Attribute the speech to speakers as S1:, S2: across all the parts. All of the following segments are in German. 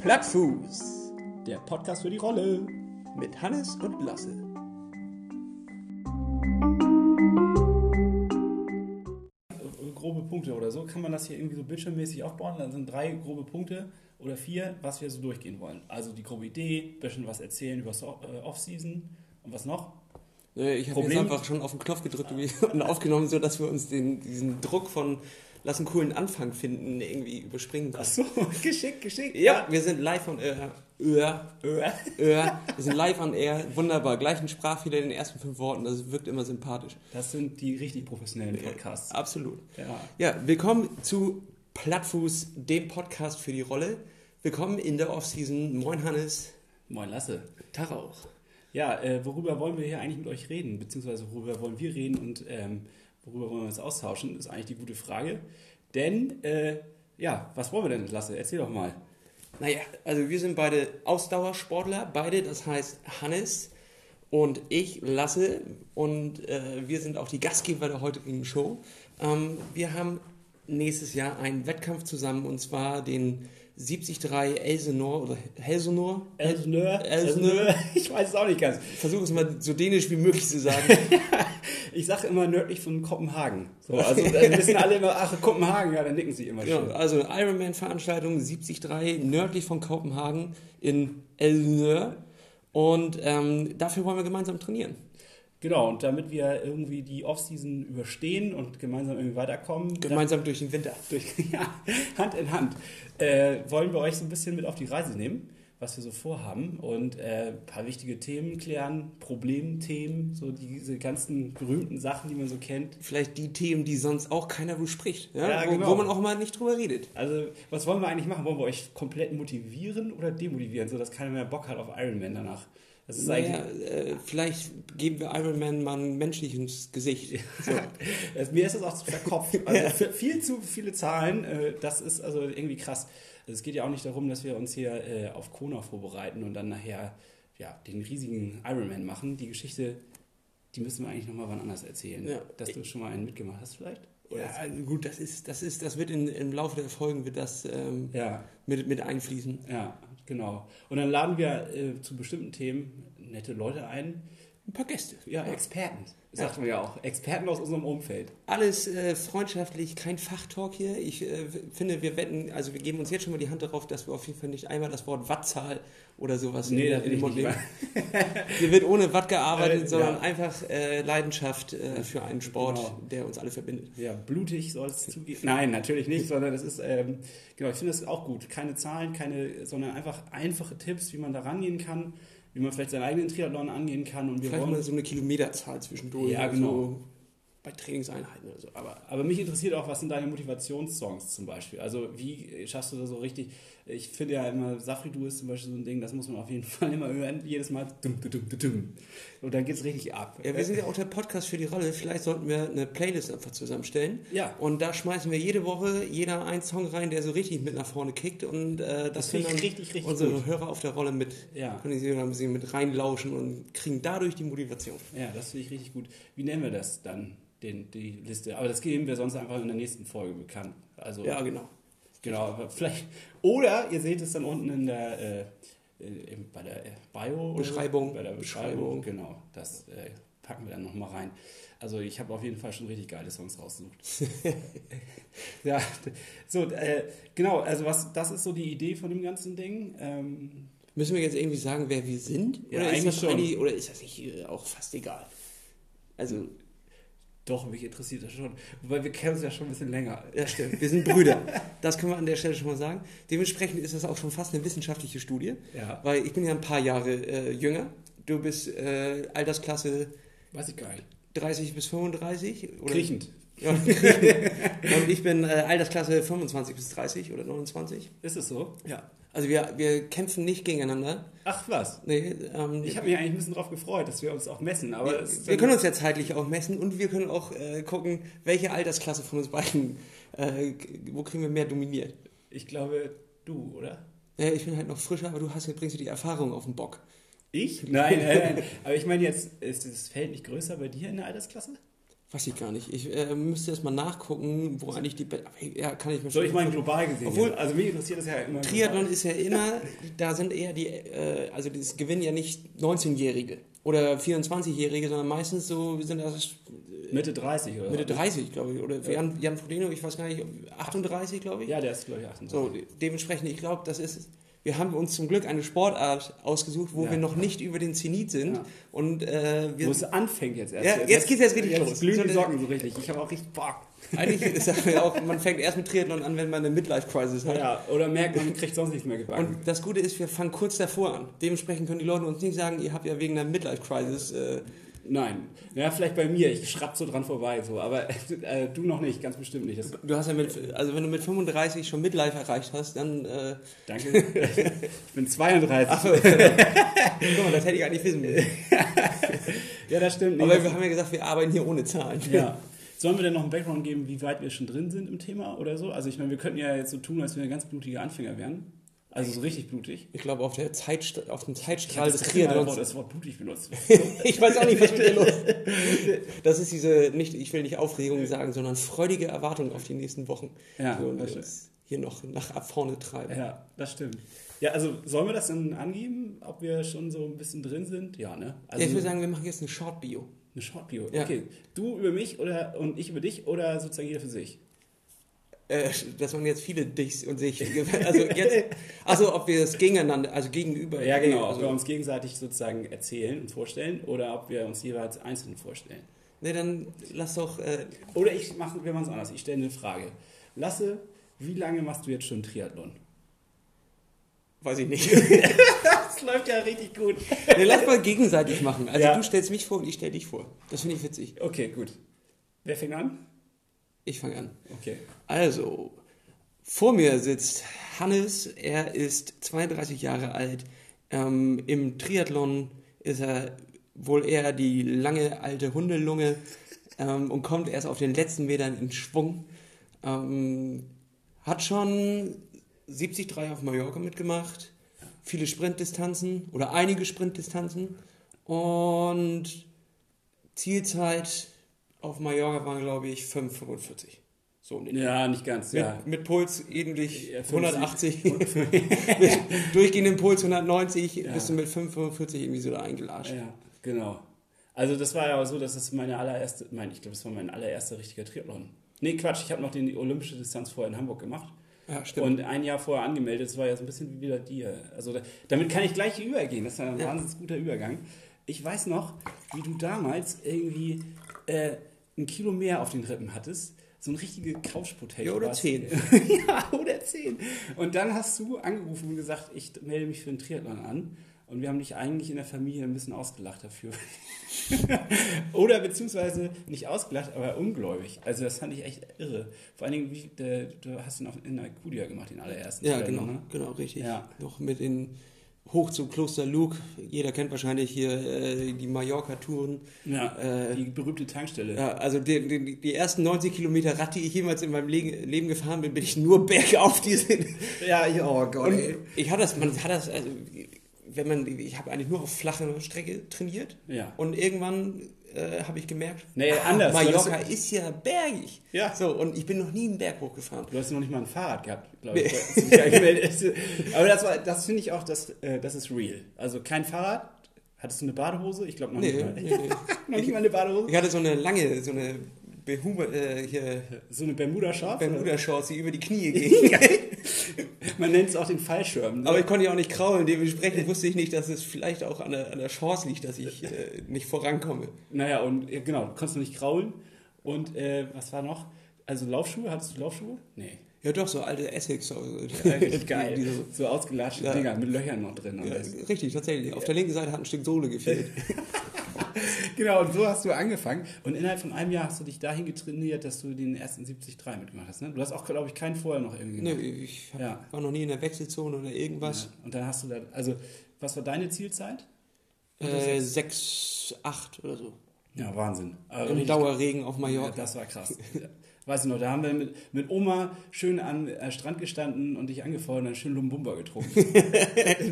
S1: Plattfuß
S2: Der Podcast für die Rolle.
S1: mit Hannes und Lasse.
S2: Grobe Punkte oder so. Kann man das hier irgendwie so bildschirmmäßig aufbauen? Dann sind drei grobe Punkte oder vier, was wir so durchgehen wollen. Also die grobe Idee, bisschen was erzählen über so äh, Off-Season und was noch?
S3: Nee, Äh, ich habe jetzt
S2: Problem-
S3: einfach schon auf den Knopf gedrückt und wir- und aufgenommen, so dass wir uns den, diesen Druck von lass einen coolen Anfang finden irgendwie überspringen können.
S2: Achso, geschickt, geschickt. Äh.
S3: Ja, wir sind live on air. Öhr, öhr. Wir sind live on air. Wunderbar. Gleichen Sprachfehler in den ersten fünf Worten. Das wirkt immer sympathisch.
S2: Das sind die richtig professionellen Podcasts.
S3: Absolut.
S2: Ja.
S3: Ja, willkommen zu Plattfuß, dem Podcast für die Rolle. Willkommen in der Offseason. Moin Hannes.
S2: Moin Lasse.
S3: Tag auch.
S2: Ja, äh, worüber wollen wir hier eigentlich mit euch reden? Beziehungsweise worüber wollen wir reden und ähm, worüber wollen wir uns austauschen? Ist eigentlich die gute Frage. Denn, äh, ja, was wollen wir denn, Lasse? Erzähl doch mal.
S3: Naja, also wir sind beide Ausdauersportler, beide, das heißt Hannes und ich, Lasse, und äh, wir sind auch die Gastgeber der heutigen Show. Ähm, wir haben nächstes Jahr einen Wettkampf zusammen und zwar den 73 Elsenor oder Helsenor.
S2: Elsnö,
S3: Elsenö.
S2: Also, Ich weiß es auch nicht ganz.
S3: Versuche es mal so dänisch wie möglich zu sagen.
S2: Ich sage immer nördlich von Kopenhagen. So, also dann wissen alle immer, ach, Kopenhagen, ja, dann nicken sie immer
S3: Ja,
S2: schön.
S3: also Ironman-Veranstaltung 73 nördlich von Kopenhagen in Elsenor. Und ähm, dafür wollen wir gemeinsam trainieren.
S2: Genau, und damit wir irgendwie die Offseason überstehen und gemeinsam irgendwie weiterkommen,
S3: Gemeinsam durch den Winter.
S2: durch, ja, Hand in Hand, äh, wollen wir euch so ein bisschen mit auf die Reise nehmen, was wir so vorhaben und äh, ein paar wichtige Themen klären, Problemthemen, so diese ganzen berühmten Sachen, die man so kennt.
S3: vielleicht die Themen, die sonst auch keiner bespricht, ja?
S2: Ja,
S3: wo,
S2: genau.
S3: wo man auch mal nicht drüber redet.
S2: Also, was wollen wir eigentlich machen? Wollen wir euch komplett motivieren oder demotivieren, sodass keiner mehr Bock hat auf Ironman danach? Das ist eigentlich,
S3: Naja, äh, vielleicht geben wir Iron Man mal ein menschliches Gesicht. So.
S2: Es- Mir ist das auch zu verkopft. Also für viel zu viele Zahlen, äh, das ist also irgendwie krass. Also es geht ja auch nicht darum, dass wir uns hier äh, auf Kona vorbereiten und dann nachher ja, den riesigen Ironman machen. Die Geschichte, die müssen wir eigentlich nochmal wann anders erzählen.
S3: Ja.
S2: Dass du schon mal einen mitgemacht hast vielleicht?
S3: ja, also gut, das ist, das ist, das wird in, im Laufe der Folgen wird das ähm,
S2: Ja,
S3: mit, mit einfließen.
S2: ja, genau. Und dann laden wir äh, zu bestimmten Themen nette Leute ein.
S3: Ein paar Gäste.
S2: Ja, Experten, sagt man ja auch. Experten aus unserem Umfeld.
S3: Alles äh, freundschaftlich, kein Fachtalk hier. Ich äh, finde, wir wetten, also wir geben uns jetzt schon mal die Hand darauf, dass wir auf jeden Fall nicht einmal das Wort Wattzahl oder sowas
S2: Nee,
S3: in,
S2: das
S3: in
S2: will
S3: den
S2: ich
S3: Mund
S2: nicht.
S3: nehmen. Hier wird ohne Watt gearbeitet,
S2: Äh,
S3: sondern
S2: ja.
S3: einfach äh, Leidenschaft äh, für einen Sport,
S2: Genau.
S3: der uns alle verbindet.
S2: Ja, blutig soll es zugehen. Nein, natürlich nicht, sondern das ist, ähm, genau, ich finde das auch gut. Keine Zahlen, keine, sondern einfach einfache Tipps, wie man da rangehen kann, wie man vielleicht seinen eigenen Triathlon angehen kann. Und wir
S3: Vielleicht mal
S2: wollen,
S3: so eine Kilometerzahl zwischendurch.
S2: Ja,
S3: also
S2: genau.
S3: bei Trainingseinheiten oder so. Aber
S2: aber mich interessiert auch, was sind deine Motivationssongs zum Beispiel? Also, wie äh, schaffst du da so richtig? Ich finde ja immer, Safri Du ist zum Beispiel so ein Ding, das muss man auf jeden Fall immer hören, jedes Mal. Dum, dum, dum, dum, dum. Und dann geht es richtig ab.
S3: ja, wir sind ja auch der Podcast für die Rolle. Vielleicht sollten wir eine Playlist einfach zusammenstellen.
S2: Ja.
S3: Und da schmeißen wir jede Woche jeder einen Song rein, der so richtig mit nach vorne kickt. Und äh, das,
S2: Das
S3: können
S2: finde ich
S3: dann
S2: richtig, richtig
S3: unsere
S2: gut.
S3: Hörer auf der Rolle mit,
S2: Ja.
S3: können sie dann ein bisschen mit reinlauschen und kriegen dadurch die Motivation.
S2: Ja, das finde ich richtig gut. Wie nennen wir das dann, den, die Liste? Aber das geben wir sonst einfach in der nächsten Folge bekannt. Also,
S3: Ja, genau.
S2: Genau, aber vielleicht. Oder ihr seht es dann unten in der, äh, äh, im- bei der äh, Bio. oder so.
S3: Beschreibung.
S2: Bei der Beschreibung,
S3: Beschreibung.
S2: genau. Das äh, packen wir dann nochmal rein. Also ich habe auf jeden Fall schon richtig geile Songs rausgesucht. ja, d- so, äh, genau, also was, das ist so die Idee von dem ganzen Ding. Ähm,
S3: Müssen wir jetzt irgendwie sagen, wer wir sind?
S2: Ja,
S3: Oder,
S2: eigentlich
S3: ist, das
S2: schon.
S3: eigentlich, oder ist das nicht äh, auch fast egal? Also,
S2: doch, mich interessiert das schon. Wobei wir kennen uns ja schon ein bisschen länger.
S3: ja, stimmt, wir sind Brüder. Das können wir an der Stelle schon mal sagen. Dementsprechend ist das auch schon fast eine wissenschaftliche Studie,
S2: Ja.
S3: weil ich bin ja ein paar Jahre äh, jünger. Du bist äh, Altersklasse
S2: Weiß ich gar nicht.
S3: 30 bis 35. Oder?
S2: Kriechend.
S3: Ja, Griechen. Und ich bin äh, Altersklasse 25 bis 30 oder 29.
S2: Ist es so?
S3: Ja. Also wir, wir kämpfen nicht gegeneinander.
S2: Ach was.
S3: Nee, ähm,
S2: Ich habe mich eigentlich ein bisschen drauf gefreut, dass wir uns auch messen, aber es ist
S3: wir
S2: dann-
S3: können uns ja zeitlich auch messen und wir können auch äh, gucken, welche Altersklasse von uns beiden, äh, wo kriegen wir mehr dominiert.
S2: ich glaube, du, oder?
S3: Ja, ich bin halt noch frischer, aber du hast ja, bringst ja die Erfahrung auf den Bock.
S2: Ich? Nein, nein, nein. Aber ich meine jetzt, ist das Feld nicht größer bei dir in der Altersklasse?
S3: Weiß ich gar nicht. Ich äh, müsste erst mal nachgucken, wo eigentlich die. Be aber, ja, kann ich mir
S2: So,
S3: schon-
S2: ich meine global gesehen.
S3: Obwohl-
S2: ja. also mich interessiert das ja immer.
S3: Triathlon ist ja immer, da sind eher die, äh, also das gewinnen ja nicht 19-Jährige oder 24-Jährige, sondern meistens so sind das
S2: Mitte 30 oder
S3: Mitte
S2: so.
S3: 30, glaube ich. Oder Jan, Jan Frodeno, ich weiß gar nicht, 38, glaube ich.
S2: Ja, der ist, glaube ich, 28.
S3: So, de- dementsprechend, ich glaube, das ist. Wir haben uns zum Glück eine Sportart ausgesucht, wo
S2: Ja.
S3: wir noch nicht über den Zenit sind.
S2: Ja.
S3: Und äh, wir
S2: Wo es anfängt jetzt erst.
S3: Ja, jetzt geht's jetzt richtig los.
S2: Glühen die
S3: So,
S2: Socken so richtig. Ich habe auch richtig Bock.
S3: eigentlich sagen wir auch, man fängt erst mit Triathlon an, wenn man eine Midlife-Crisis hat.
S2: Ja, oder merkt man, kriegt sonst nichts mehr gebacken.
S3: Und das Gute ist, wir fangen kurz davor an. Dementsprechend können die Leute uns nicht sagen, ihr habt ja wegen der Midlife-Crisis. Äh,
S2: Nein. Ja, vielleicht bei mir. Ich schrapp so dran vorbei. So. Aber äh, du noch nicht, ganz bestimmt nicht. Das,
S3: du hast ja mit, also wenn du mit 35 schon Midlife erreicht hast, dann. Äh,
S2: danke. ich bin 32.
S3: guck mal, das hätte ich eigentlich wissen müssen.
S2: ja, das stimmt. Nee,
S3: Aber
S2: das-
S3: wir haben ja gesagt, wir arbeiten hier ohne Zahlen.
S2: Ja. Sollen wir denn noch einen Background geben, wie weit wir schon drin sind im Thema oder so? Also ich meine, wir könnten ja jetzt so tun, als wenn wir ganz blutige Anfänger wären. Also so richtig blutig.
S3: Ich glaube, auf, der Zeitst auf dem
S2: Ich
S3: Zeitstrahl
S2: habe
S3: des
S2: das dritte Mal das Wort-
S3: Triathlons.
S2: das Wort blutig benutzt.
S3: Ich weiß auch nicht, was mit dir los ist. Das ist diese, nicht, ich will nicht Aufregung sagen, sondern freudige Erwartung auf die nächsten Wochen.
S2: Ja,
S3: so, und
S2: das
S3: uns hier noch nach vorne treiben.
S2: Ja, das stimmt. Ja, also sollen wir das dann angeben, ob wir schon so ein bisschen drin sind? Ja, ne? Also
S3: ja, ich würde sagen, wir machen jetzt eine Short-Bio.
S2: eine Short Bio.
S3: Ja.
S2: Okay, du über mich oder und ich über dich oder sozusagen jeder für sich.
S3: Äh, dass man jetzt viele Dichs und sich. Also jetzt. Also ob wir es gegeneinander, also gegenüber.
S2: Ja, genau. Ob wir
S3: Also,
S2: uns gegenseitig sozusagen erzählen und vorstellen oder ob wir uns jeweils einzeln vorstellen.
S3: nee, dann lass doch. Äh,
S2: Oder ich mache, wir machen es anders. Ich stelle eine Frage. Lasse, wie lange machst du jetzt schon Triathlon?
S3: weiß ich nicht.
S2: Das läuft ja richtig gut.
S3: nee, lass mal gegenseitig machen. Also
S2: Ja.
S3: du stellst mich vor und ich stell dich vor. Das finde ich witzig.
S2: Okay, gut. Wer fängt an?
S3: Ich fange an.
S2: Okay.
S3: Also, vor mir sitzt Hannes, er ist 32 Jahre alt. Ähm, Im Triathlon ist er wohl eher die lange alte Hundelunge ähm, und kommt erst auf den letzten Metern in Schwung. Ähm, hat schon 73 auf Mallorca mitgemacht, viele Sprintdistanzen oder einige Sprintdistanzen und Zielzeit auf Mallorca waren, glaube ich, 5,45. So um den
S2: Ja, nicht ganz.
S3: mit,
S2: Ja.
S3: mit Puls ähnlich
S2: Ja,
S3: 180,
S2: 50.
S3: mit durchgehendem Puls 190,
S2: Ja.
S3: bist du mit 545 irgendwie so da eingelatscht.
S2: Ja, genau. Also das war ja so, dass es meine allererste, mein, ich glaube, das war mein allererster richtiger Triathlon. Nee, Quatsch, ich habe noch den die olympische Distanz vorher in Hamburg gemacht
S3: Ja,
S2: und ein Jahr vorher angemeldet. Das war ja so ein bisschen wie bei dir. Also da, damit kann ich gleich übergehen. Das war ein
S3: Ja.
S2: wahnsinnig guter Übergang. Ich weiß noch, wie du damals irgendwie äh, ein Kilo mehr auf den Rippen hattest. So ein richtige Couch-Potato.
S3: Ja, oder
S2: warst.
S3: zehn.
S2: ja, oder 10. Und dann hast du angerufen und gesagt, ich melde mich für den Triathlon an. Und wir haben dich eigentlich in der Familie ein bisschen ausgelacht dafür. oder beziehungsweise nicht ausgelacht, aber ungläubig. Also das fand ich echt irre. Vor allen Dingen, wie, der, du hast ihn auch in der Kudia gemacht, den allerersten.
S3: ja
S2: Triathlon,
S3: genau,
S2: ne?
S3: genau, richtig.
S2: Ja.
S3: Noch mit in hoch zum Kloster Luke. Jeder kennt wahrscheinlich hier äh, die Mallorca-Touren.
S2: Ja,
S3: Äh,
S2: die berühmte Tankstelle.
S3: Ja, also die, die, die ersten 90 Kilometer Rad, die ich jemals in meinem Le Leben gefahren bin, bin ich nur bergauf diese.
S2: Ja, ich, oh Gott.
S3: Und ich hatte das, man hat das, also wenn man, ich habe eigentlich nur auf flache Strecke trainiert.
S2: Ja.
S3: Und irgendwann äh, habe ich gemerkt,
S2: Nee, anders.
S3: Mallorca
S2: Du hast-
S3: ist ja bergig.
S2: Ja.
S3: So, und ich bin noch nie einen Berg hochgefahren.
S2: Du hast noch nicht mal ein Fahrrad gehabt, glaube ich. als du dich angemeldet hast. Aber das, war- das finde ich auch, das, äh, das ist real. Also kein Fahrrad. Hattest du eine Badehose? Ich glaube noch
S3: Nee,
S2: nicht mal.
S3: nee, nee.
S2: Noch nicht mal eine Badehose?
S3: Ich hatte so eine lange, so eine Behume, äh, hier,
S2: So eine Bermuda-Shorts?
S3: Bermuda-Shorts, die über die Knie ging.
S2: Man nennt es auch den Fallschirm. Ne?
S3: Aber ich konnte ja auch nicht kraulen, dementsprechend wusste ich nicht, dass es vielleicht auch an der, an der Chance liegt, dass ich äh, nicht vorankomme.
S2: naja, und ja, genau, du konntest du nicht kraulen. Und äh, was war noch? Also Laufschuhe? Hattest du Laufschuhe? Nee.
S3: Ja doch, so alte Essex. Also,
S2: Geil. So ausgelatschte
S3: Ja.
S2: Dinger mit Löchern noch drin. am
S3: Ja,
S2: besten.
S3: richtig, tatsächlich. Auf der linken Seite hat ein Stück Sohle gefehlt.
S2: Genau, und so hast du angefangen. Und innerhalb von einem Jahr hast du dich dahin getrainiert, dass du den ersten 73 mitgemacht hast. Ne? Du hast auch, glaube ich, keinen vorher noch irgendwie
S3: Nö,
S2: gemacht.
S3: ich hab,
S2: Ja.
S3: war noch nie in der Wechselzone oder irgendwas.
S2: Ja. Und dann hast du da, also, was war deine Zielzeit?
S3: Äh, 6, 8 oder so.
S2: Ja, Wahnsinn. Aber
S3: Im
S2: richtig-
S3: Dauerregen auf
S2: ja,
S3: Mallorca.
S2: das war krass. Weiß ich noch, da haben wir mit, mit Oma schön am äh, Strand gestanden und dich angefeuert und dann schön Lumbumba getrunken.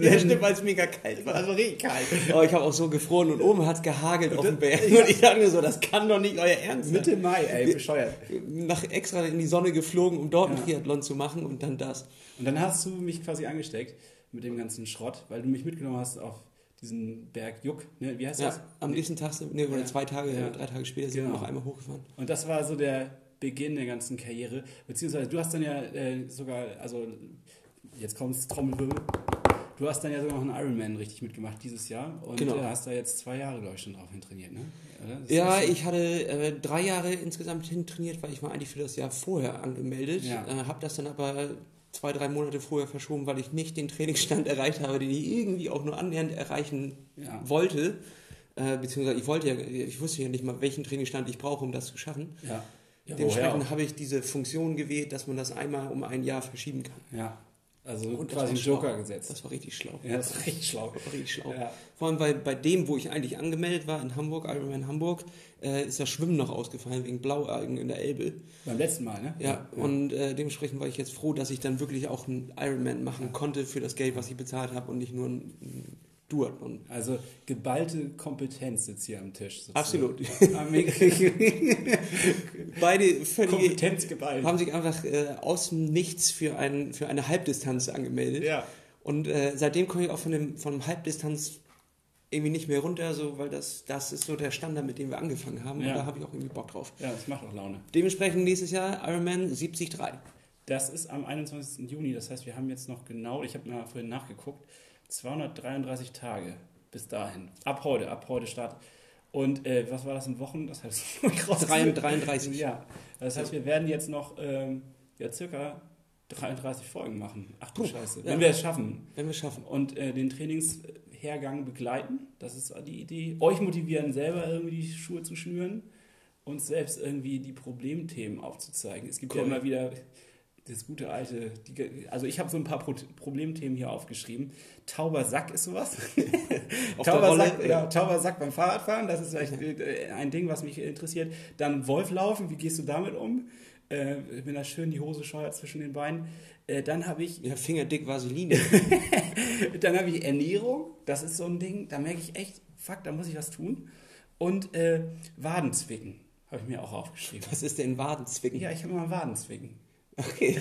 S3: Ja, stimmt, weil es mega kalt war.
S2: war richtig kalt.
S3: Aber Oh, ich habe auch so gefroren und oben hat es gehagelt auf dem Berg. Und ich dachte mir so, das kann doch nicht euer Ernst sein.
S2: Mitte Mai, ey, bescheuert.
S3: Nach extra in die Sonne geflogen, um dort einen Triathlon zu machen und dann das.
S2: Und dann hast du mich quasi angesteckt mit dem ganzen Schrott, weil du mich mitgenommen hast auf diesen Berg Juck. Ne? Wie heißt das?
S3: Ja, am nächsten Tag, sind- nee, oder
S2: Ja.
S3: zwei Tage,
S2: Ja.
S3: drei Tage später sind wir
S2: Genau.
S3: noch einmal hochgefahren.
S2: Und das war so der Beginn der ganzen Karriere. Beziehungsweise du hast dann ja äh, sogar, also jetzt kommt's Trommelwirbel. Du hast dann ja sogar noch einen Ironman richtig mitgemacht dieses Jahr und
S3: Genau.
S2: äh, hast da jetzt zwei Jahre, glaube ich, schon drauf hin trainiert, ne? Oder? Das
S3: Ja,
S2: ist-
S3: ich hatte äh, drei Jahre insgesamt hin trainiert, weil ich war eigentlich für das Jahr vorher angemeldet.
S2: Ja.
S3: Äh, habe das dann aber zwei, drei Monate vorher verschoben, weil ich nicht den Trainingsstand erreicht habe, den ich irgendwie auch nur annähernd erreichen
S2: Ja.
S3: wollte. Äh, beziehungsweise ich wollte ja, ich wusste ja nicht mal, welchen Trainingsstand ich brauche, um das zu schaffen.
S2: Ja. Ja, woher
S3: Dementsprechend
S2: auch?
S3: habe ich diese Funktion gewählt, dass man das einmal um ein Jahr verschieben kann.
S2: ja. Also
S3: das
S2: quasi einen
S3: war schlau.
S2: Joker gesetzt.
S3: Das war richtig schlau.
S2: Ja, das ist richtig schlau.
S3: Das war richtig schlau.
S2: Ja.
S3: Vor allem, weil bei dem, wo ich eigentlich angemeldet war, in Hamburg, Ironman Hamburg, äh, ist das Schwimmen noch ausgefallen wegen Blaualgen in der Elbe.
S2: Beim letzten Mal, ne?
S3: Ja, und äh, dementsprechend war ich jetzt froh, dass ich dann wirklich auch einen Ironman machen konnte für das Geld, was ich bezahlt habe und nicht nur einen Duathlon.
S2: Also geballte Kompetenz sitzt hier am Tisch. sozusagen.
S3: Absolut.
S2: Ah, mega.
S3: Beide völlig
S2: Kompetenz geballt.
S3: haben sich einfach äh, aus dem Nichts für, ein, für eine Halbdistanz angemeldet.
S2: Ja.
S3: Und äh, seitdem komme ich auch von dem, von dem Halbdistanz irgendwie nicht mehr runter, so, weil das, das ist so der Standard, mit dem wir angefangen haben.
S2: Ja.
S3: Und da habe ich auch irgendwie Bock drauf.
S2: ja, das macht auch Laune.
S3: Dementsprechend nächstes Jahr Ironman 73.
S2: Das ist am 21. Juni, das heißt, wir haben jetzt noch genau, ich habe mal vorhin nachgeguckt, 233 Tage bis dahin. Ab heute, ab heute Start. Und äh, was war das in Wochen? Das heißt, krass.
S3: 33.
S2: Ja, das heißt, wir werden jetzt noch ähm, ja, circa 33 Folgen machen. Ach du
S3: Puh,
S2: Scheiße.
S3: ja.
S2: Wenn wir es schaffen.
S3: Wenn wir es schaffen.
S2: Und äh, den Trainingshergang begleiten, das ist die Idee. Euch motivieren, selber irgendwie die Schuhe zu schnüren, uns selbst irgendwie die Problemthemen aufzuzeigen. Es gibt
S3: Cool.
S2: ja immer wieder das gute alte, die, also ich habe so ein paar Pro Problemthemen hier aufgeschrieben. Tauber Sack ist sowas.
S3: Auf der
S2: tauber,
S3: Rolle,
S2: Sack,
S3: äh,
S2: ja, tauber Sack beim Fahrradfahren, das ist vielleicht äh, ein Ding, was mich interessiert. Dann Wolf laufen, wie gehst du damit um? Äh, wenn er schön die Hose scheuert zwischen den Beinen. Äh, dann habe ich
S3: Ja, Fingerdick Vaseline.
S2: dann habe ich Ernährung, das ist so ein Ding, da merke ich echt, fuck, da muss ich was tun. Und äh, Wadenzwicken habe ich mir auch aufgeschrieben.
S3: Was ist denn Wadenzwicken?
S2: Ja, ich habe immer Wadenzwicken.
S3: Okay.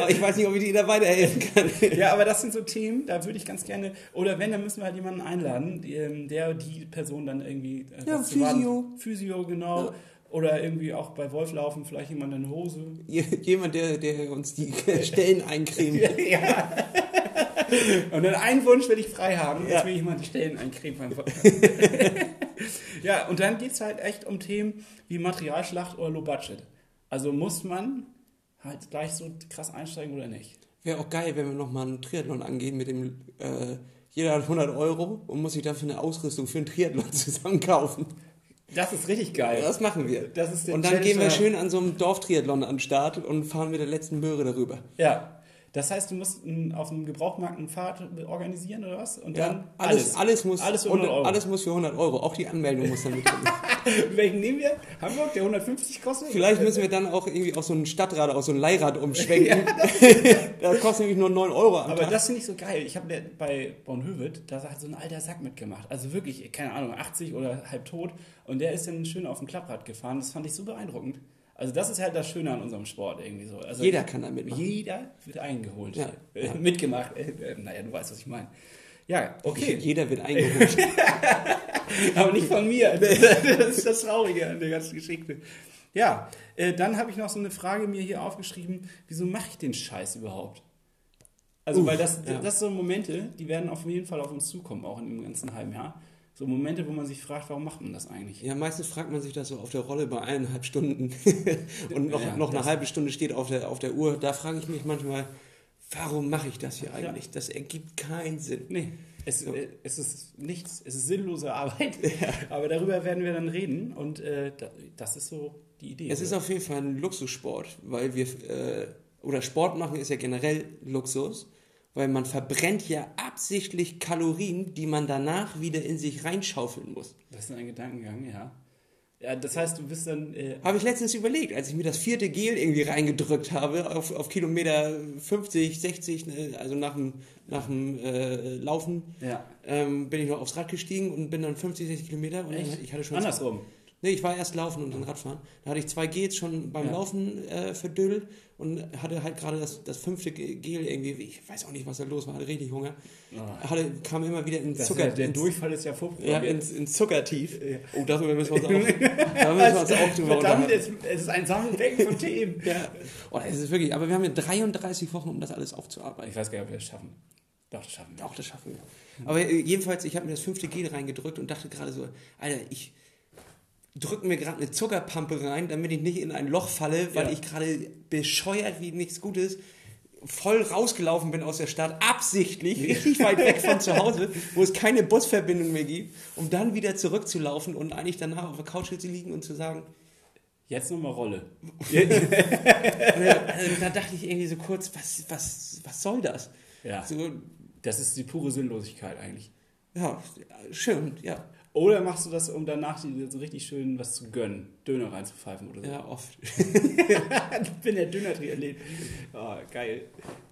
S3: Aber ich weiß nicht, ob ich dir da weiterhelfen kann.
S2: Ja, aber das sind so Themen, da würde ich ganz gerne, oder wenn, dann müssen wir halt jemanden einladen, die, ähm, der die Person dann irgendwie. äh,
S3: Ja,
S2: was zu Waden-
S3: Physio.
S2: Physio, genau.
S3: Ja.
S2: Oder irgendwie auch bei Wolf laufen, vielleicht jemand in Hose.
S3: Jemand, der, der uns die Stellen eincremt.
S2: ja. Und dann einen Wunsch will ich frei haben. Jetzt
S3: Ja.
S2: will ich mal die Stellen eincremen beim Podcast. ja, und dann geht es halt echt um Themen wie Materialschlacht oder Low Budget. Also muss man halt gleich so krass einsteigen oder nicht?
S3: Wäre auch geil, wenn wir nochmal einen Triathlon angehen mit dem, äh, jeder hat 100 Euro und muss sich dafür eine Ausrüstung für einen Triathlon zusammenkaufen.
S2: Das ist richtig geil.
S3: Das machen wir.
S2: Das ist der
S3: und dann gehen
S2: Challenger.
S3: wir schön an so einem Dorftriathlon an den Start und fahren mit der letzten Möhre darüber.
S2: Ja. Das heißt, du musst ein- auf dem Gebrauchtmarkt ein Fahrrad organisieren oder was? Und dann
S3: alles, alles, muss,
S2: alles für
S3: und
S2: 100 Euro.
S3: alles muss für 100 Euro. Auch die Anmeldung muss dann mit drin.
S2: Welchen nehmen wir? Hamburg, der 150 kostet? Äh,
S3: Vielleicht müssen wir dann auch irgendwie auf so ein Stadtrad, auf so ein Leihrad umschwenken. das kostet nämlich nur 9 Euro am
S2: Aber
S3: Tag.
S2: das finde ich so geil. Ich habe bei Bonhöved, da hat so ein alter Sack mitgemacht. Also wirklich, keine Ahnung, 80 oder halb tot. Und der ist dann schön auf dem Klapprad gefahren. Das fand ich so beeindruckend. Also das ist halt das Schöne an unserem Sport irgendwie so. Also
S3: Jeder kann da mitmachen.
S2: Jeder wird eingeholt.
S3: Ja,
S2: Äh,
S3: ja.
S2: Mitgemacht. Äh, äh, naja, du weißt, was ich meine. Ja, okay.
S3: Jeder wird eingeholt.
S2: Aber nicht von mir. Das ist das Traurige an der ganzen Geschichte. Ja, äh, dann habe ich noch so eine Frage mir hier aufgeschrieben. Wieso mache ich den Scheiß überhaupt? Also,
S3: Uff,
S2: weil das,
S3: ja.
S2: das so Momente, die werden auf jeden Fall auf uns zukommen, auch in dem ganzen halben Jahr. So Momente, wo man sich fragt, warum macht man das eigentlich?
S3: ja, meistens fragt man sich das so auf der Rolle bei eineinhalb Stunden und noch,
S2: Ja,
S3: noch eine
S2: das-
S3: halbe Stunde steht auf der, auf der Uhr. Da frage ich mich manchmal, warum mache ich das hier eigentlich? Das ergibt keinen Sinn.
S2: Nee, es, äh, es ist nichts, es ist sinnlose Arbeit. Aber darüber werden wir dann reden und äh, da- das ist so die Idee.
S3: Es ist auf jeden Fall ein Luxussport, weil wir, äh, oder Sport machen ist ja generell Luxus, weil man verbrennt ja absichtlich Kalorien, die man danach wieder in sich reinschaufeln muss.
S2: das ist ein Gedankengang, ja. Ja, das heißt, du bist dann. Äh,
S3: Habe ich letztens überlegt, als ich mir das vierte Gel irgendwie reingedrückt habe, auf, auf Kilometer 50, 60, ne, also nach dem, nach dem äh, Laufen,
S2: ja.
S3: ähm, bin ich noch aufs Rad gestiegen und bin dann 50, 60 Kilometer und
S2: Echt?
S3: ich hatte schon.
S2: Andersrum.
S3: Nee, ich war erst laufen und dann Radfahren. Da hatte ich zwei Gels schon beim
S2: Ja.
S3: Laufen äh, verdödelt und hatte halt gerade das, das fünfte Ge- Gel irgendwie, ich weiß auch nicht, was da los war, hatte richtig Hunger. Hatte, kam immer wieder in
S2: Ah. Das
S3: Zucker.
S2: ist ja, der
S3: ins-
S2: Durchfall ist ja
S3: ja,
S2: vorprogrammiert.
S3: ins, ins Zuckertief. Oh, darüber müssen wir uns auch, da müssen wir
S2: Also,
S3: uns auch drüber
S2: Verdammt,
S3: unterhalten.
S2: es, es ist ein Sammelbecken von Themen.
S3: Ja. Oh, das ist wirklich, aber wir haben ja 33 Wochen, um das alles aufzuarbeiten.
S2: Ich weiß gar nicht, ob wir das schaffen. Doch, das schaffen wir.
S3: Auch das schaffen wir. Aber äh, jedenfalls, ich habe mir das fünfte Gel reingedrückt und dachte gerade so, Alter, ich drücke mir gerade eine Zuckerpampe rein, damit ich nicht in ein Loch falle, weil
S2: Ja.
S3: ich gerade bescheuert wie nichts Gutes voll rausgelaufen bin aus der Stadt, absichtlich, richtig weit weg von zu Hause, wo es keine Busverbindung mehr gibt, um dann wieder zurückzulaufen und eigentlich danach auf der Couch zu liegen und zu sagen,
S2: Jetzt nochmal Rolle.
S3: also, da dachte ich irgendwie so kurz, was, was, was soll das?
S2: Ja.
S3: So,
S2: Das ist die pure Sinnlosigkeit eigentlich.
S3: ja, schön, ja.
S2: Oder machst du das, um danach dir so richtig schön was zu gönnen? Döner reinzupfeifen oder so.
S3: Ja, oft.
S2: Ich bin der Döner-Triathlet. Oh, geil.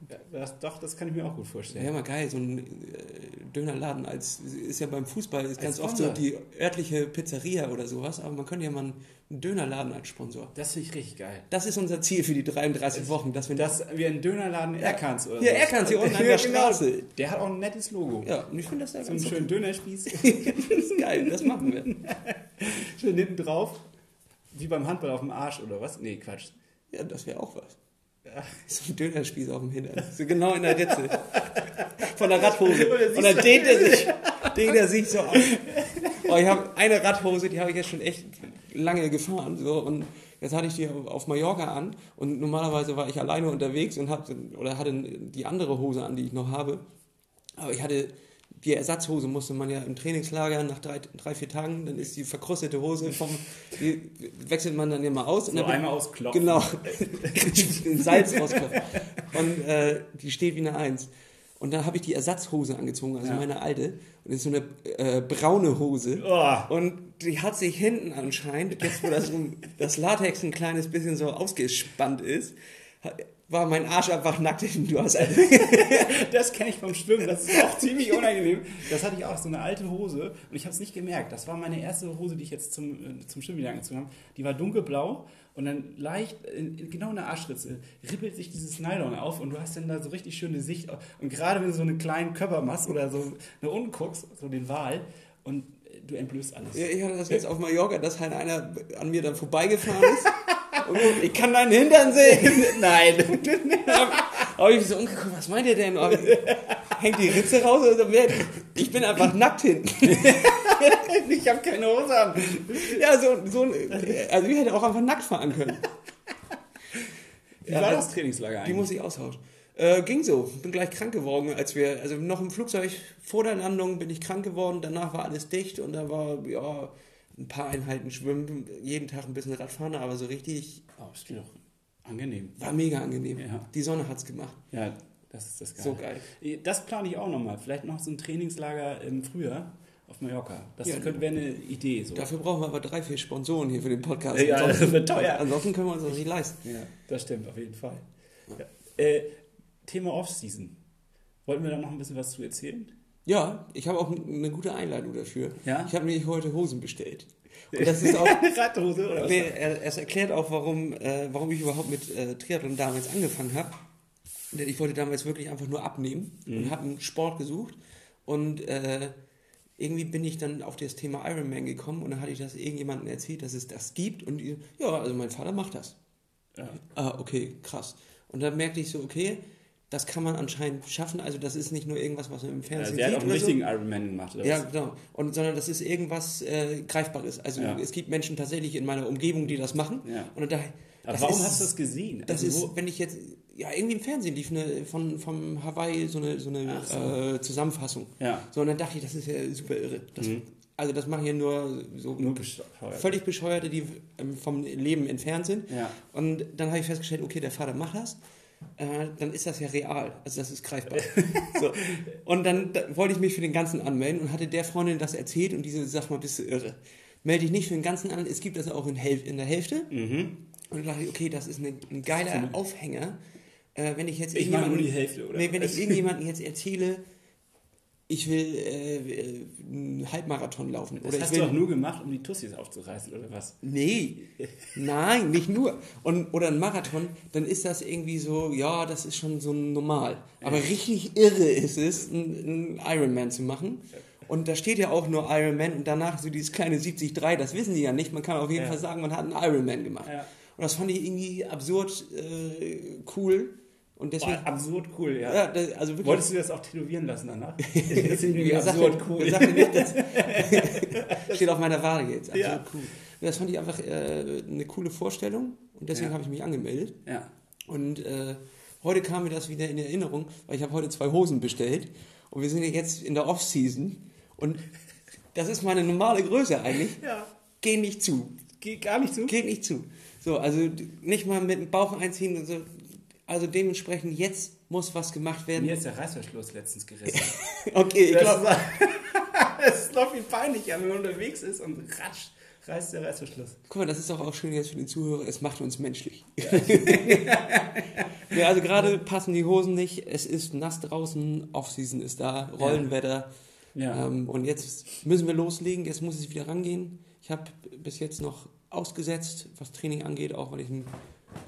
S2: Ja, Das, doch, das kann ich mir auch gut vorstellen.
S3: Wäre mal geil, so ein äh, Dönerladen als ist ja beim Fußball ist ganz oft so
S2: Sponsor.
S3: die örtliche Pizzeria oder sowas, aber man könnte ja mal einen Dönerladen als Sponsor.
S2: Das finde ich richtig geil.
S3: Das ist unser Ziel für die 33 Wochen, dass wir
S2: Dass wir einen Dönerladen Erkans oder
S3: Ja,
S2: so. genau.
S3: Erkans, hier unten an der Straße.
S2: Der hat auch ein nettes Logo.
S3: Ja, und ich finde das ja
S2: So einen
S3: ganz schön.
S2: schönen Dönerspieß.
S3: geil, das machen wir.
S2: Schön hinten drauf. Wie beim Handball auf dem Arsch oder was? Nee, Quatsch.
S3: Ja, das wäre auch was. So ein Dönerspieß auf dem Hintern. So genau in der Ritze. Von der Radhose.
S2: Oder
S3: Und dann dehnt er sich, dehnt er sich so auf. Oh, ich habe eine Radhose, die habe ich jetzt schon echt lange gefahren. So. Und jetzt hatte ich die auf Mallorca an. Und normalerweise war ich alleine unterwegs und hab, oder hatte die andere Hose an, die ich noch habe. Aber ich hatte die Ersatzhose musste man ja im Trainingslager nach drei, drei vier Tagen, dann ist die verkrustete Hose vom, die wechselt man dann ja mal aus. und
S2: So
S3: dann bin-
S2: einmal ausklopfen.
S3: Genau.
S2: Genau.
S3: Den Salz rausklopfen. Und äh, die steht wie eine Eins. Und dann habe ich die Ersatzhose angezogen, also
S2: Ja.
S3: meine alte. Und das ist so eine äh, braune Hose.
S2: Oh.
S3: Und die hat sich hinten anscheinend, jetzt wo das, das Latex ein kleines bisschen so ausgespannt ist, hat- war mein Arsch einfach nackt hinten. Du hast also,
S2: Das kenne ich vom Schwimmen, das ist auch ziemlich unangenehm. Das hatte ich auch, so eine alte Hose und ich habe es nicht gemerkt. Das war meine erste Hose, die ich jetzt zum, äh, zum Schwimmen wieder angezogen habe. Die war dunkelblau und dann leicht, in, in, genau in der Arschritze, rippelt sich dieses Nylon auf und du hast dann da so richtig schöne Sicht. auf- Und gerade wenn du so einen kleinen Körper machst oder so nach unten guckst, so den Wal, und äh, du entblößt alles.
S3: ich hatte das jetzt auf Mallorca, dass halt einer an mir dann vorbeigefahren ist. Und ich kann deinen Hintern sehen.
S2: Nein!
S3: hab, hab ich mich so umgeguckt, was meint ihr denn? Hab- Hängt die Ritze raus? Oder wer? Ich bin einfach nackt hinten.
S2: Ich habe keine Hose an.
S3: Ja, so, so ein- also ich hätte auch einfach nackt fahren können.
S2: Wie
S3: Ja,
S2: war
S3: also,
S2: das Trainingslager
S3: Die
S2: eigentlich?
S3: muss ich austauschen. Äh, ging so. Bin gleich krank geworden, als wir, also noch im Flugzeug vor der Landung bin ich krank geworden. Danach war alles dicht und da war, ja, ein paar Einheiten schwimmen, jeden Tag ein bisschen Radfahren, aber so richtig,
S2: oh, ist doch angenehm.
S3: war mega angenehm.
S2: Ja.
S3: Die Sonne hat's gemacht.
S2: Ja, das ist das Geile. Äh,
S3: So geil.
S2: Das plane ich auch nochmal. Vielleicht noch so ein Trainingslager im Frühjahr auf Mallorca. Das
S3: Ja.
S2: könnte wäre eine Idee. So.
S3: Dafür brauchen wir aber drei, vier Sponsoren hier für den Podcast.
S2: Ja, das
S3: Ansonsten-
S2: wird teuer.
S3: Ansonsten können wir uns das nicht leisten.
S2: Ja, das stimmt, auf jeden Fall. Ja. Äh, Thema Off-Season. Wollten wir da noch ein bisschen was zu erzählen?
S3: Ja, ich habe auch eine gute Einleitung dafür.
S2: Ja?
S3: Ich habe nämlich heute Hosen bestellt. Und das ist auch.
S2: Radhose oder was? Also,
S3: nee, er- es erklärt auch, warum, äh, warum ich überhaupt mit äh, Triathlon damals angefangen habe. Denn ich wollte damals wirklich einfach nur abnehmen
S2: Mhm.
S3: und habe einen Sport gesucht. Und äh, irgendwie bin ich dann auf das Thema Ironman gekommen und dann hatte ich das irgendjemandem erzählt, dass es das gibt. Und die, ja, also mein Vater macht das.
S2: Ja.
S3: Ah, okay, krass. Und dann merkte ich so, okay, das kann man anscheinend schaffen. Also das ist nicht nur irgendwas, was man im
S2: Ja,
S3: Fernsehen
S2: der hat
S3: sieht.
S2: auch einen
S3: oder so.
S2: richtigen Ironman gemacht. Oder
S3: Ja,
S2: was?
S3: genau. Und, sondern das ist irgendwas äh, Greifbares. Also
S2: Ja.
S3: es gibt Menschen tatsächlich in meiner Umgebung, die das machen.
S2: Ja.
S3: Und da,
S2: Aber
S3: das
S2: warum
S3: ist-
S2: hast du das gesehen?
S3: Das
S2: Also
S3: ist, wenn ich jetzt, ja, irgendwie im Fernsehen lief eine, von, vom Hawaii so eine, so eine
S2: Ach so.
S3: Äh, Zusammenfassung.
S2: Ja. Mhm.
S3: So, und dann dachte ich, das ist ja super irre. Das, Also das machen ja nur so
S2: wo, nur bescheuert.
S3: völlig Bescheuerte, die ähm, vom Leben entfernt sind.
S2: Ja.
S3: Und dann habe ich festgestellt, okay, der Vater macht das. Äh, dann ist das ja real, also das ist greifbar. so. Und dann da, wollte ich mich für den ganzen anmelden und hatte der Freundin das erzählt und diese, sag mal, bist du irre. melde dich nicht für den ganzen an. Es gibt das auch in, Häl in der Hälfte.
S2: Mhm.
S3: Und da dachte ich, okay, das ist eine, ein geiler Aufhänger. Äh, wenn ich jetzt
S2: Ich meine nur
S3: irgendjemanden-
S2: die Hälfte, oder?
S3: Nee, wenn ich
S2: Was?
S3: irgendjemandem jetzt erzähle, ich will äh, äh, einen Halbmarathon laufen.
S2: Das
S3: oder
S2: hast
S3: ich
S2: du
S3: will,
S2: doch nur gemacht, um die Tussis aufzureißen, oder was?
S3: Nee, nein, nicht nur. Und, oder ein Marathon, dann ist das irgendwie so, ja, das ist schon so normal. Aber richtig irre ist es, einen einen Ironman zu machen. Und da steht ja auch nur Ironman und danach so dieses kleine 73, das wissen die ja nicht. Man kann auf jeden
S2: Ja.
S3: Fall sagen, man hat einen Ironman gemacht.
S2: Ja.
S3: Und das fand ich irgendwie absurd äh, cool. Und deswegen.
S2: Boah, absurd cool, ja.
S3: ja, das, also wirklich.
S2: Wolltest du das auch tätowieren lassen danach? Das ist irgendwie
S3: Ja, sag
S2: absurd
S3: mir-
S2: cool.
S3: sag mir nicht, das- steht auf meiner Ware jetzt. Absolut
S2: Ja.
S3: cool. Das fand ich einfach äh, eine coole Vorstellung und deswegen
S2: Ja.
S3: habe ich mich angemeldet.
S2: Ja.
S3: Und äh, heute kam mir das wieder in Erinnerung, weil ich habe heute zwei Hosen bestellt und wir sind ja jetzt in der Off-Season und das ist meine normale Größe eigentlich.
S2: Ja.
S3: Geh nicht zu,
S2: Geht gar nicht zu.
S3: geht nicht zu. So, also d- nicht mal mit dem Bauch einziehen. und so. Also dementsprechend, jetzt muss was gemacht werden.
S2: Mir ist der Reißverschluss letztens gerissen.
S3: Okay, ich glaube,
S2: Das ist- Es ist noch viel peinlicher, wenn man unterwegs ist und ratsch reißt der Reißverschluss.
S3: Guck mal, das ist doch auch schön jetzt für den Zuhörer, es macht uns menschlich. Ja, also gerade passen die Hosen nicht, es ist nass draußen, Offseason ist da, Rollenwetter.
S2: Ja.
S3: Ähm, und jetzt müssen wir loslegen, jetzt muss ich wieder rangehen. Ich habe bis jetzt noch ausgesetzt, was Training angeht, auch weil ich einen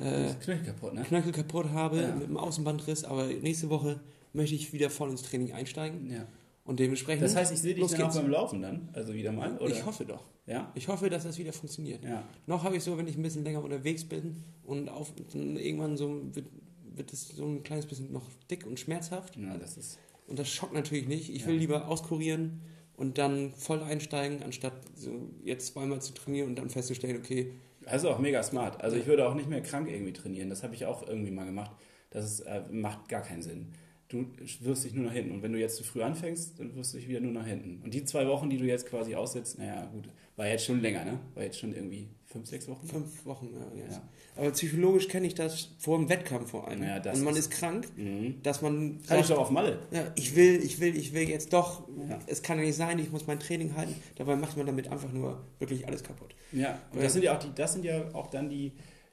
S3: äh,
S2: Das Knöchel kaputt, ne?
S3: Knöchel kaputt habe
S2: Ja.
S3: mit einem Außenbandriss, aber nächste Woche möchte ich wieder voll ins Training einsteigen.
S2: Ja.
S3: Und dementsprechend.
S2: Das heißt, ich sehe dich
S3: Mhm. los
S2: dann auch
S3: geht's.
S2: beim Laufen dann, also wieder mal, oder?
S3: Ich hoffe doch.
S2: Ja?
S3: Ich hoffe, dass das wieder funktioniert.
S2: Ja.
S3: Noch habe ich so, wenn ich ein bisschen länger unterwegs bin und auf, dann irgendwann so wird, wird es so ein kleines bisschen noch dick und schmerzhaft.
S2: Na, das ist...
S3: Und das schockt natürlich nicht. Ich
S2: Ja.
S3: will lieber auskurieren und dann voll einsteigen, anstatt so jetzt zweimal zu trainieren und dann festzustellen, okay,
S2: Das ist auch mega smart. Also ich würde auch nicht mehr krank irgendwie trainieren. Das habe ich auch irgendwie mal gemacht. Das ist, äh, macht gar keinen Sinn. Du wirst dich nur nach hinten. Und wenn du jetzt zu früh anfängst, dann wirst du dich wieder nur nach hinten. Und die zwei Wochen, die du jetzt quasi aussetzt, naja, gut, war jetzt schon länger, ne? War jetzt schon irgendwie fünf, sechs Wochen?
S3: fünf Wochen. Ja, jetzt.
S2: Ja.
S3: Aber psychologisch kenne ich das vor dem Wettkampf vor allem.
S2: Ja, das
S3: und man
S2: ist-
S3: ist, krank,
S2: Mhm.
S3: dass man
S2: Hatte
S3: sagt,
S2: ich doch auf Malle.
S3: ja, ich will, ich will, ich will jetzt doch,
S2: Ja.
S3: es kann ja nicht sein, ich muss mein Training halten. Dabei macht man damit einfach nur wirklich alles kaputt.
S2: Ja, und das sind ja auch, die, das sind ja auch dann die,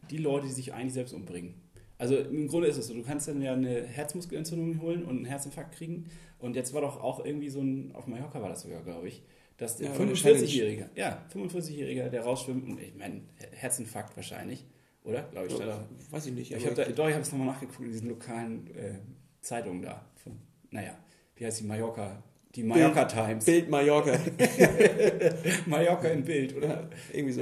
S2: die Leute, die sich eigentlich selbst umbringen. Also im Grunde ist es so, du kannst dann ja eine Herzmuskelentzündung holen und einen Herzinfarkt kriegen. Und jetzt war doch auch irgendwie so ein, auf Mallorca war das sogar, glaube ich, dass der
S3: Ja, eine
S2: 45-Jähriger, ja, 45-Jähriger, der rausschwimmt und ich meine, Herzinfarkt wahrscheinlich, oder? Glaube ich, stand da.
S3: Weiß ich nicht.
S2: Ich
S3: aber-
S2: habe da, doch, ich habe es nochmal nachgeguckt in diesen lokalen äh, Zeitungen da. Von, naja, wie heißt die Mallorca? Die Mallorca Times.
S3: Bild Mallorca.
S2: Mallorca im Bild, oder?
S3: Irgendwie so.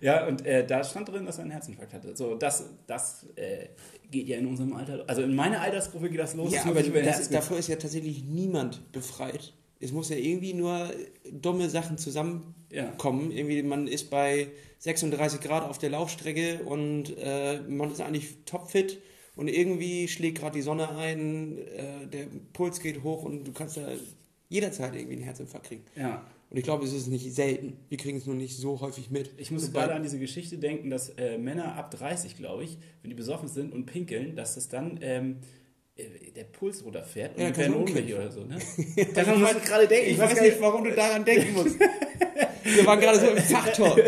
S2: Ja, und äh, da stand drin, dass er einen Herzinfarkt hatte. So, das, das äh, geht ja in unserem Alter. Also in meiner Altersgruppe geht das los.
S3: Ja,
S2: dass man
S3: aber
S2: sich über den
S3: das,
S2: Herzinfarkt-
S3: davor ist ja tatsächlich niemand befreit. Es muss ja irgendwie nur dumme Sachen
S2: Ja.
S3: zusammenkommen. Irgendwie, man ist bei 36 Grad auf der Laufstrecke und äh, man ist eigentlich topfit und irgendwie schlägt gerade die Sonne ein, äh, der Puls geht hoch und du kannst da jederzeit irgendwie einen Herzinfarkt kriegen.
S2: ja.
S3: Und ich glaube, es ist nicht selten. Wir kriegen es nur nicht so häufig mit.
S2: Ich muss
S3: Wobei-
S2: gerade an diese Geschichte denken, dass äh, Männer ab 30, glaube ich, wenn die besoffen sind und pinkeln, dass das dann ähm, äh, der Puls runterfährt und
S3: Ja,
S2: die
S3: kann
S2: werden
S3: man
S2: ohnmächtig oder so. Ne? Daran muss ich gerade
S3: Ich, weiß nicht, warum du daran denken musst. Wir waren gerade so im Fachtalk.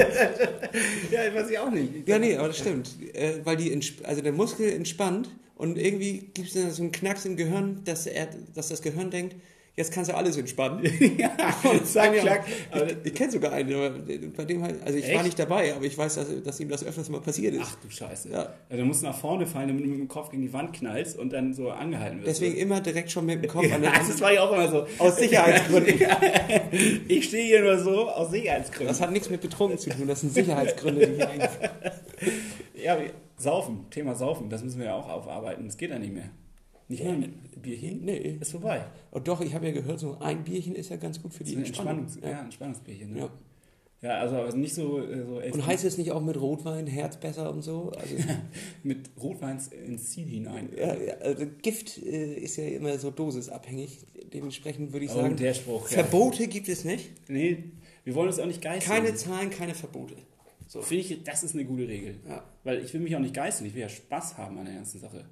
S2: Ja, weiß ich auch nicht.
S3: Ja, nee, aber das stimmt. Äh, weil die, entsp- also der Muskel entspannt und irgendwie gibt es dann so einen Knacks im Gehirn, dass, er, dass das Gehirn denkt, jetzt kannst du alles entspannen.
S2: Und zack,
S3: Ja.
S2: klack. Aber das-
S3: Ich, ich kenne sogar einen, aber bei dem halt, also ich war
S2: Echt?
S3: nicht dabei, aber ich weiß, dass, dass ihm das öfters mal passiert ist.
S2: Ach du Scheiße.
S3: Ja.
S2: Also, du musst nach vorne fallen, damit du mit dem Kopf gegen die Wand knallst und dann so angehalten wirst.
S3: Deswegen immer direkt schon mit dem Kopf an der
S2: Ja, das
S3: Hand.
S2: war ja auch immer so.
S3: Aus Sicherheitsgründen.
S2: Ich stehe hier nur so aus Sicherheitsgründen.
S3: Das hat nichts mit Betrunken zu tun, das sind Sicherheitsgründe, die hier eingeführt
S2: Ja, wir- Saufen, Thema Saufen, das müssen wir ja auch aufarbeiten. Das geht ja nicht mehr. Nicht mehr mit Bierchen?
S3: Nee.
S2: Ist vorbei.
S3: Und doch, ich habe ja gehört, so ein Bierchen ist ja ganz gut für die
S2: Ein
S3: Entspannung.
S2: Entspannungs ja, Entspannungsbierchen. Ne?
S3: Ja.
S2: Ja. also aber nicht so, äh, so ey,
S3: Und heißt es nicht auch mit Rotwein, Herz besser und so? Also,
S2: mit Rotweins ins Ziel hinein.
S3: Ja, ja, also Gift äh, ist ja immer so dosisabhängig. Dementsprechend würde ich
S2: Oh,
S3: sagen,
S2: der Spruch, ja.
S3: Verbote gibt es nicht.
S2: Nee, wir wollen uns auch nicht geißeln.
S3: Keine Zahlen, keine Verbote.
S2: So. Finde ich, das ist eine gute Regel.
S3: Ja.
S2: Weil ich will mich auch nicht geißeln, ich will ja Spaß haben an der ganzen Sache.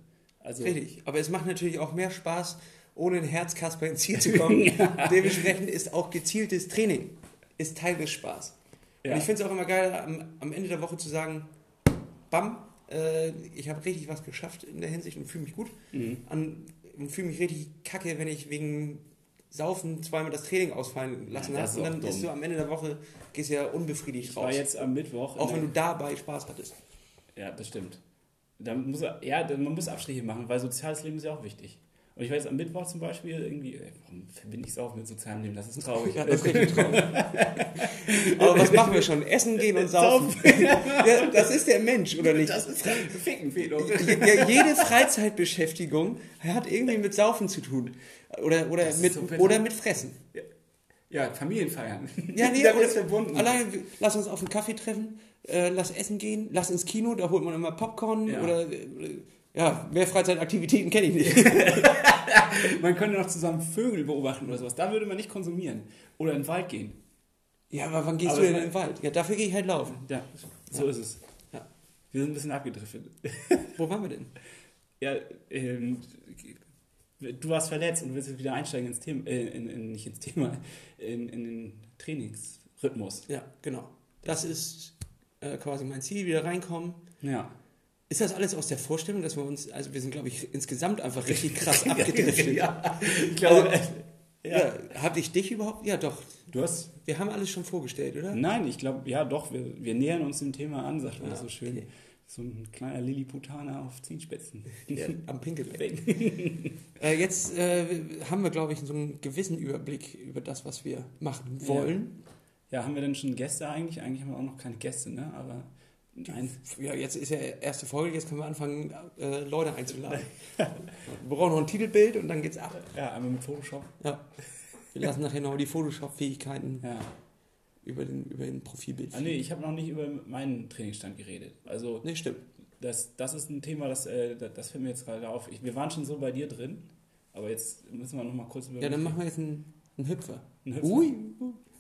S2: Also,
S3: Richtig. Aber es macht natürlich auch mehr Spaß, ohne ein Herzkasper ins Ziel zu kommen. Dementsprechend ist auch gezieltes Training ist Teil des Spaß.
S2: Ja.
S3: Und ich finde es auch immer geil, am, am Ende der Woche zu sagen, bam, äh, ich habe richtig was geschafft in der Hinsicht und fühle mich gut.
S2: Mhm.
S3: An- Und fühle mich richtig kacke, wenn ich wegen Saufen zweimal das Training ausfallen lassen
S2: Ja,
S3: habe.
S2: das ist
S3: Und
S2: auch
S3: dann
S2: dumm.
S3: bist du am Ende der Woche, gehst ja unbefriedigt
S2: Ich war
S3: raus.
S2: jetzt ne am Mittwoch. in
S3: auch wenn
S2: der-
S3: du dabei Spaß hattest.
S2: Ja, das stimmt. Dann muss er, ja, dann- man muss Abstriche machen, weil soziales Leben ist ja auch wichtig. Und ich war jetzt am Mittwoch zum Beispiel irgendwie, ey, warum verbinde ich es auch mit sozialem Leben? Das ist traurig.
S3: Ja, das ist richtig traurig. Aber was machen wir schon? Essen gehen und saufen. Ja, das ist der Mensch, oder nicht?
S2: ist ficken
S3: ja, jede Freizeitbeschäftigung hat irgendwie mit Saufen zu tun. Oder, oder,
S2: Das ist
S3: mit,
S2: so bitter.
S3: oder mit Fressen.
S2: Ja, Familienfeiern.
S3: Ja, nee,
S2: Damit
S3: oder,
S2: ist verbunden.
S3: Allein, wir- lass uns auf einen Kaffee treffen, äh, lass essen gehen, lass ins Kino, da holt man immer Popcorn
S2: Ja.
S3: oder. äh, Ja, mehr Freizeitaktivitäten kenne ich nicht.
S2: Man könnte noch zusammen Vögel beobachten oder sowas. Da würde man nicht konsumieren. Oder in den Wald gehen.
S3: Ja, aber wann gehst
S2: Aber
S3: du denn
S2: ich
S3: in den Wald? Ja, dafür gehe ich halt laufen.
S2: Ja, so ist es.
S3: Ja.
S2: Wir sind ein bisschen abgedriftet.
S3: Wo waren wir denn?
S2: Ja, ähm, du warst verletzt und willst jetzt wieder einsteigen ins Thema, äh, in, in, nicht ins Thema, in, in den Trainingsrhythmus.
S3: Ja, genau. Das ist äh, quasi mein Ziel, wieder reinkommen.
S2: Ja.
S3: Ist das alles aus der Vorstellung, dass wir uns, also wir sind, glaube ich, insgesamt einfach richtig krass abgedriftet.
S2: ja, ich
S3: glaube, äh,
S2: glaube,
S3: ja. Hab ich dich überhaupt? Ja, doch.
S2: du hast.
S3: Wir haben alles schon vorgestellt, oder?
S2: Nein, ich glaube, ja, doch, wir, wir nähern uns dem Thema an, sagt man
S3: Ja,
S2: so schön.
S3: Ah, okay.
S2: So ein kleiner Lilliputaner auf Zehenspitzen.
S3: Ja, am Pinkelbecken. Äh, jetzt äh, haben wir, glaube ich, so einen gewissen Überblick über das, was wir machen wollen.
S2: Ja, haben wir denn schon Gäste eigentlich? Eigentlich haben wir auch noch keine Gäste, ne? Aber nein.
S3: Ja, jetzt ist ja erste Folge, jetzt können wir anfangen, äh, Leute einzuladen. wir brauchen noch ein Titelbild und dann geht's ab.
S2: Ja, einmal mit Photoshop.
S3: Ja. Wir lassen nachher noch die Photoshop-Fähigkeiten
S2: Ja.
S3: über den, über den Profilbild.
S2: Ah, nee, ich habe noch nicht über meinen Trainingsstand geredet. Also,
S3: Nee, stimmt.
S2: das, das ist ein Thema, das, äh, das, das fällt mir jetzt gerade auf. Ich, wir waren schon so bei dir drin, aber jetzt müssen wir noch mal kurz über.
S3: Ja, dann machen wir jetzt einen, einen Hüpfer.
S2: Einen Hüpfer.
S3: Ui.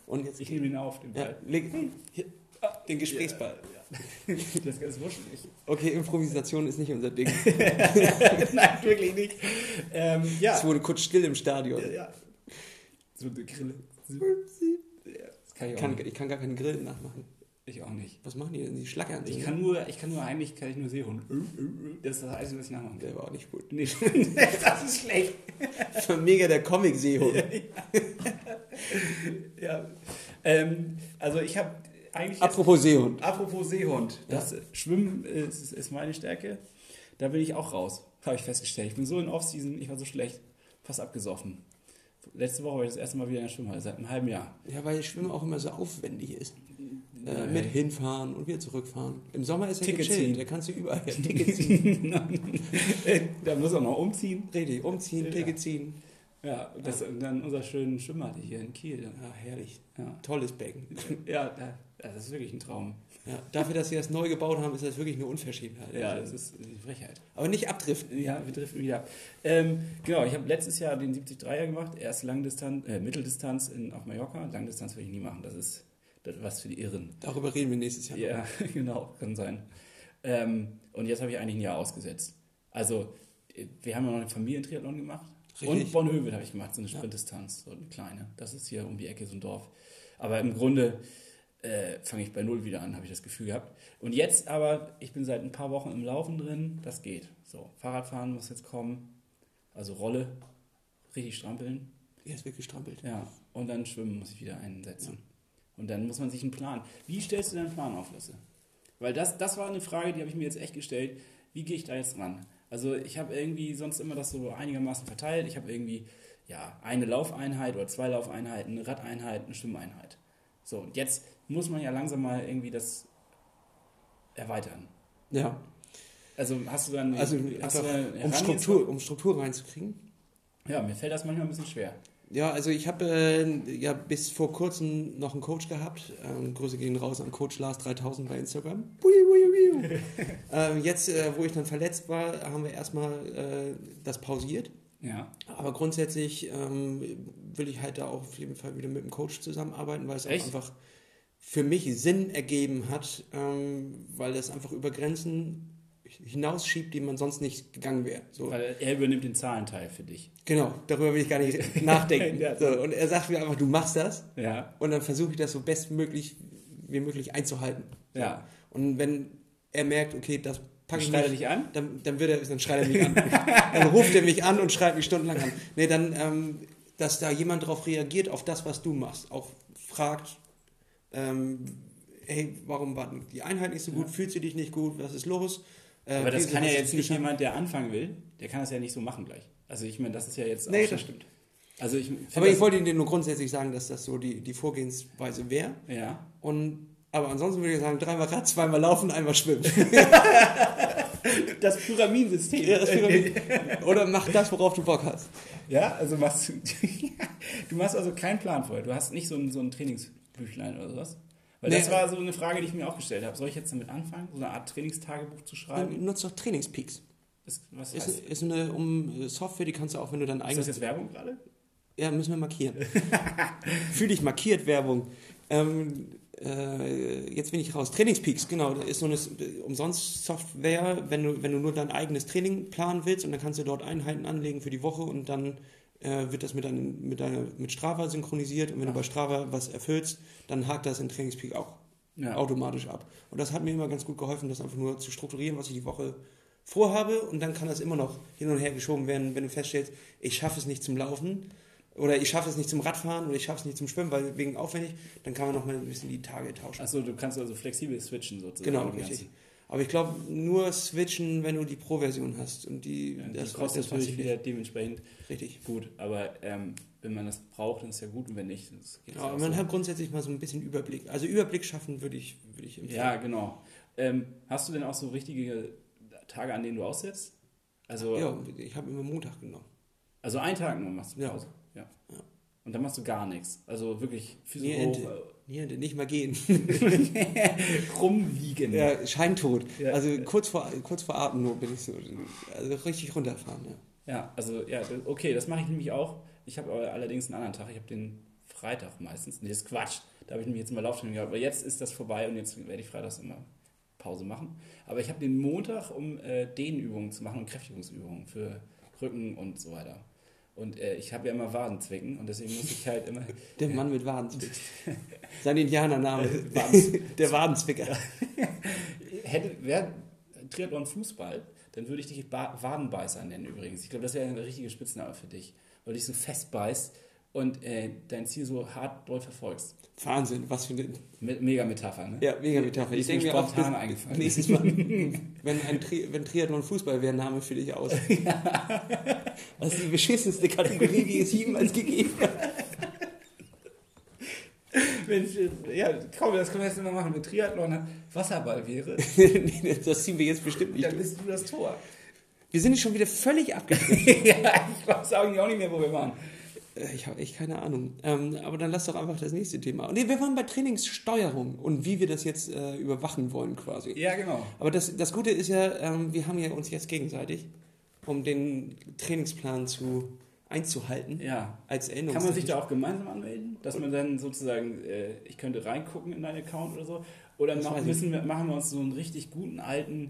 S3: Und jetzt.
S2: Ich nehme ihn auf, den
S3: ja,
S2: Ball.
S3: leg, hier, den Gesprächsball.
S2: Das ist wuschelig.
S3: Okay, Improvisation ist nicht unser Ding.
S2: Nein, wirklich nicht. Ähm,
S3: Es
S2: ja.
S3: wurde kurz still im Stadion.
S2: ja. So eine Grille. Ja, Das kann ich
S3: Ich
S2: auch
S3: kann,
S2: nicht.
S3: ich kann gar keinen Grill nachmachen.
S2: Ich auch nicht.
S3: Was machen die denn? Die schlackern sich.
S2: Ich kann nur, ich kann nur heimlich, kann ich nur Seehund. Das ist das Einzige, was ich nachmachen kann.
S3: Der war auch nicht gut.
S2: Nee, das ist schlecht.
S3: Das war mega der Comic-Seehund.
S2: Ja. Ähm, also ich habe eigentlich... jetzt-
S3: Apropos Seehund.
S2: Apropos Seehund, das äh, Schwimmen ist, ist meine Stärke. Da bin ich auch raus, habe ich festgestellt. Ich bin so in Offseason, ich war so schlecht, fast abgesoffen. Letzte Woche war ich das erste Mal wieder in der Schwimmhalle, seit einem halben Jahr.
S3: Ja, weil Schwimmen auch immer so aufwendig ist. Äh, mit hinfahren und wieder zurückfahren. Im Sommer ist er
S2: Ticket
S3: gechillt.
S2: ziehen.
S3: Da kannst du überall Ticket ziehen.
S2: da muss auch noch umziehen.
S3: Richtig, umziehen,
S2: Ja.
S3: Ticket ziehen.
S2: Ja, und das, und dann unser schönen Schwimmhalle hier in Kiel.
S3: Ja, herrlich.
S2: Ja,
S3: Tolles Becken.
S2: ja da, das ist wirklich ein Traum.
S3: Ja. Dafür, dass sie das neu gebaut haben, ist das wirklich eine Unverschämtheit.
S2: Ja, das
S3: Also,
S2: ist eine Frechheit.
S3: aber nicht abdriften.
S2: Ja, wir driften wieder ab. Ähm, genau, ich habe letztes Jahr den 73er gemacht, erst Langdistanz, äh, Mitteldistanz in, auf Mallorca. Langdistanz würde ich nie machen, das ist das, ist was für die Irren.
S3: Darüber reden wir nächstes Jahr.
S2: Ja, genau, kann sein. Ähm, und jetzt habe ich eigentlich ein Jahr ausgesetzt. Also, äh, wir haben ja noch einen Familientriathlon gemacht.
S3: Richtig.
S2: Und Bonn-Hövel habe ich gemacht, so eine Sprintdistanz, so eine kleine. Das ist hier um die Ecke, so ein Dorf. Aber im Grunde äh, fange ich bei Null wieder an, habe ich das Gefühl gehabt. Und jetzt aber, ich bin seit ein paar Wochen im Laufen drin, das geht. So, Fahrradfahren muss jetzt kommen, also Rolle, richtig strampeln.
S3: Er ist weggestrampelt.
S2: Ja, und dann schwimmen muss ich wieder einsetzen. Und dann muss man sich einen Plan. Wie stellst du deinen Plan auf, Lasse? Weil das, das war eine Frage, die habe ich mir jetzt echt gestellt. Wie gehe ich da jetzt ran? Also ich habe irgendwie sonst immer das so einigermaßen verteilt. Ich habe irgendwie ja eine Laufeinheit oder zwei Laufeinheiten, eine Radeinheit, eine Schwimmeinheit. So, und jetzt muss man ja langsam mal irgendwie das erweitern.
S3: Ja.
S2: Also hast du dann
S3: Also
S2: hast du
S3: einfach,
S2: dann
S3: um, Struktur, um Struktur reinzukriegen.
S2: Ja, mir fällt das manchmal ein bisschen schwer.
S3: Ja, also ich habe äh, ja bis vor kurzem noch einen Coach gehabt. Ähm, Grüße gehen raus an Coach Lars 3000 bei Instagram. Bui, bui, bui. ähm, jetzt, äh, wo ich dann verletzt war, haben wir erstmal äh, das pausiert.
S2: Ja.
S3: Aber grundsätzlich ähm, will ich halt da auch auf jeden Fall wieder mit dem Coach zusammenarbeiten, weil es auch
S2: Echt?
S3: einfach für mich Sinn ergeben hat, ähm, weil das einfach über Grenzen hinausschiebt, die man sonst nicht gegangen wäre. So.
S2: Weil er übernimmt den Zahlenteil für dich.
S3: Genau, darüber will ich gar nicht nachdenken.
S2: Ja.
S3: so, und er sagt mir einfach, du machst das.
S2: Ja.
S3: Und dann versuche ich das so bestmöglich wie möglich einzuhalten. So.
S2: Ja.
S3: Und wenn er merkt, okay, das packe ich
S2: Dann schreit er
S3: nicht,
S2: dich an?
S3: Dann, dann, wird er, dann schreit er mich an. dann ruft er mich an und schreit mich stundenlang an. Nee, dann, ähm, dass da jemand drauf reagiert, auf das, was du machst. Auch fragt, ähm, hey, warum war die Einheit nicht so gut? Fühlst du dich nicht gut? Was ist los? Äh,
S2: Aber das
S3: wieso
S2: kann ja
S3: hast du
S2: jetzt nicht
S3: geschafft?
S2: jemand, der anfangen will, der kann das ja nicht so machen gleich. Also ich meine, das ist ja jetzt
S3: Nee,
S2: schon-
S3: das stimmt.
S2: Also ich find
S3: Aber ich
S2: das-
S3: wollte dir nur grundsätzlich sagen, dass das so die, die Vorgehensweise wäre.
S2: Ja.
S3: Und, aber ansonsten würde ich sagen, dreimal Rad, zweimal laufen, einmal schwimmen.
S2: Das Pyramidensystem.
S3: Ja, das Pyramid. Oder mach das, worauf du Bock hast.
S2: Ja, also machst du. du machst also keinen Plan vorher. Du hast nicht so ein, so ein Trainingsbüchlein oder sowas. Weil das
S3: Nee.
S2: war so eine Frage, die ich mir auch gestellt habe. Soll ich jetzt damit anfangen, so eine Art Trainingstagebuch zu schreiben?
S3: Nutzt Ähm, doch Trainingspeaks.
S2: Ist, was heißt,
S3: Hm. Ist,
S2: ist
S3: ist eine um Software, die kannst du auch, wenn du dein
S2: das
S3: eigenes.
S2: jetzt Werbung gerade?
S3: Ja, müssen wir markieren. Fühl dich markiert, Werbung. Ähm, äh, jetzt bin ich raus. Trainingspeaks, genau. Das ist so eine S- umsonst Software, wenn du, wenn du nur dein eigenes Training planen willst und dann kannst du dort Einheiten anlegen für die Woche und dann äh, wird das mit, deinem, mit, deiner, mit Strava synchronisiert und wenn du bei Strava was erfüllst, dann hakt das in Trainingspeak auch
S2: Ja.
S3: automatisch ab. Und das hat mir immer ganz gut geholfen, das einfach nur zu strukturieren, was ich die Woche vorhabe. Und dann kann das immer noch hin und her geschoben werden, wenn du feststellst, ich schaffe es nicht zum Laufen oder ich schaffe es nicht zum Radfahren oder ich schaffe es nicht zum Schwimmen, weil wegen aufwendig, dann kann man noch mal ein bisschen die Tage tauschen.
S2: Achso, du kannst also flexibel switchen sozusagen.
S3: genau,
S2: im Ganzen.
S3: richtig. Aber ich glaube, nur switchen, wenn du die Pro-Version hast. Und die,
S2: Ja,
S3: das
S2: das kostet
S3: das
S2: natürlich
S3: weiß ich
S2: wieder dementsprechend
S3: nicht. Richtig.
S2: gut. Aber ähm, wenn man das braucht, dann ist ja gut. Und wenn nicht, dann geht's
S3: Genau,
S2: auch
S3: aber man
S2: so.
S3: hat grundsätzlich mal so ein bisschen Überblick. Also Überblick schaffen würde ich, würde ich empfehlen.
S2: Ja, genau. Ähm, hast du denn auch so richtige Tage, an denen du aussetzt? Also,
S3: ja ich habe immer Montag genommen.
S2: also einen Tag nur machst du
S3: Ja.
S2: Pause. Ja.
S3: Ja.
S2: Und dann machst du gar nichts. Also wirklich Füße
S3: Nie
S2: hoch,
S3: Ente. Nie Ente, nicht mal gehen.
S2: äh, rumliegen.
S3: Ja, scheintot.
S2: Ja.
S3: also kurz vor, kurz vor Atemnot bin ich so. Also richtig runterfahren, ja.
S2: Ja, also ja, okay, das mache ich nämlich auch. Ich habe aber allerdings einen anderen Tag. Ich habe den Freitag meistens. Nee, das ist Quatsch. Da habe ich nämlich jetzt mal Lauftraining gehabt. Aber jetzt ist das vorbei und jetzt werde ich freitags immer Pause machen. Aber ich habe den Montag, um äh, Dehnübungen zu machen und Kräftigungsübungen für Rücken und so weiter. Und äh, ich habe ja immer Wadenzwicken und deswegen muss ich halt immer.
S3: Der Mann mit Wadenzwick. Sein Indianername. Wadenzwick. Der Wadenzwicker.
S2: Hätte, wer Triathlon Fußball, dann würde ich dich ba Wadenbeißer nennen übrigens. Ich glaube, das wäre ein richtiger Spitzname für dich, weil du dich so festbeißt und äh, dein Ziel so hart doll verfolgst.
S3: Wahnsinn, was für eine.
S2: Me- Mega Metapher, ne?
S3: Ja, mega Metapher.
S2: Ist mir spontan eingefallen.
S3: nächstes Mal, wenn, ein Tri wenn Triathlon Fußball wäre, Name für dich aus. Das ist die beschissenste Kategorie, die es jemals gegeben hat.
S2: Mensch, äh, ja, komm, das können wir jetzt immer machen. Wenn Triathlon ne? Wasserball wäre,
S3: Nee, das ziehen wir jetzt bestimmt nicht
S2: dann
S3: durch.
S2: bist du das Tor.
S3: Wir sind schon wieder völlig abge
S2: ja, ich weiß eigentlich auch nicht mehr, wo wir waren.
S3: Äh, Ich habe echt keine Ahnung. Ähm, aber dann lass doch einfach das nächste Thema. Nee, wir waren bei Trainingssteuerung und wie wir das jetzt äh, überwachen wollen quasi.
S2: Ja, genau.
S3: Aber das, das Gute ist ja, ähm, wir haben ja uns jetzt gegenseitig, um den Trainingsplan zu einzuhalten,
S2: Ja.
S3: als Erinnerung.
S2: Kann man sich da auch gemeinsam anmelden? Dass man dann sozusagen, äh, ich könnte reingucken in deinen Account oder so. Oder
S3: Das
S2: machen,
S3: weiß ich
S2: müssen wir, machen wir uns so einen richtig guten alten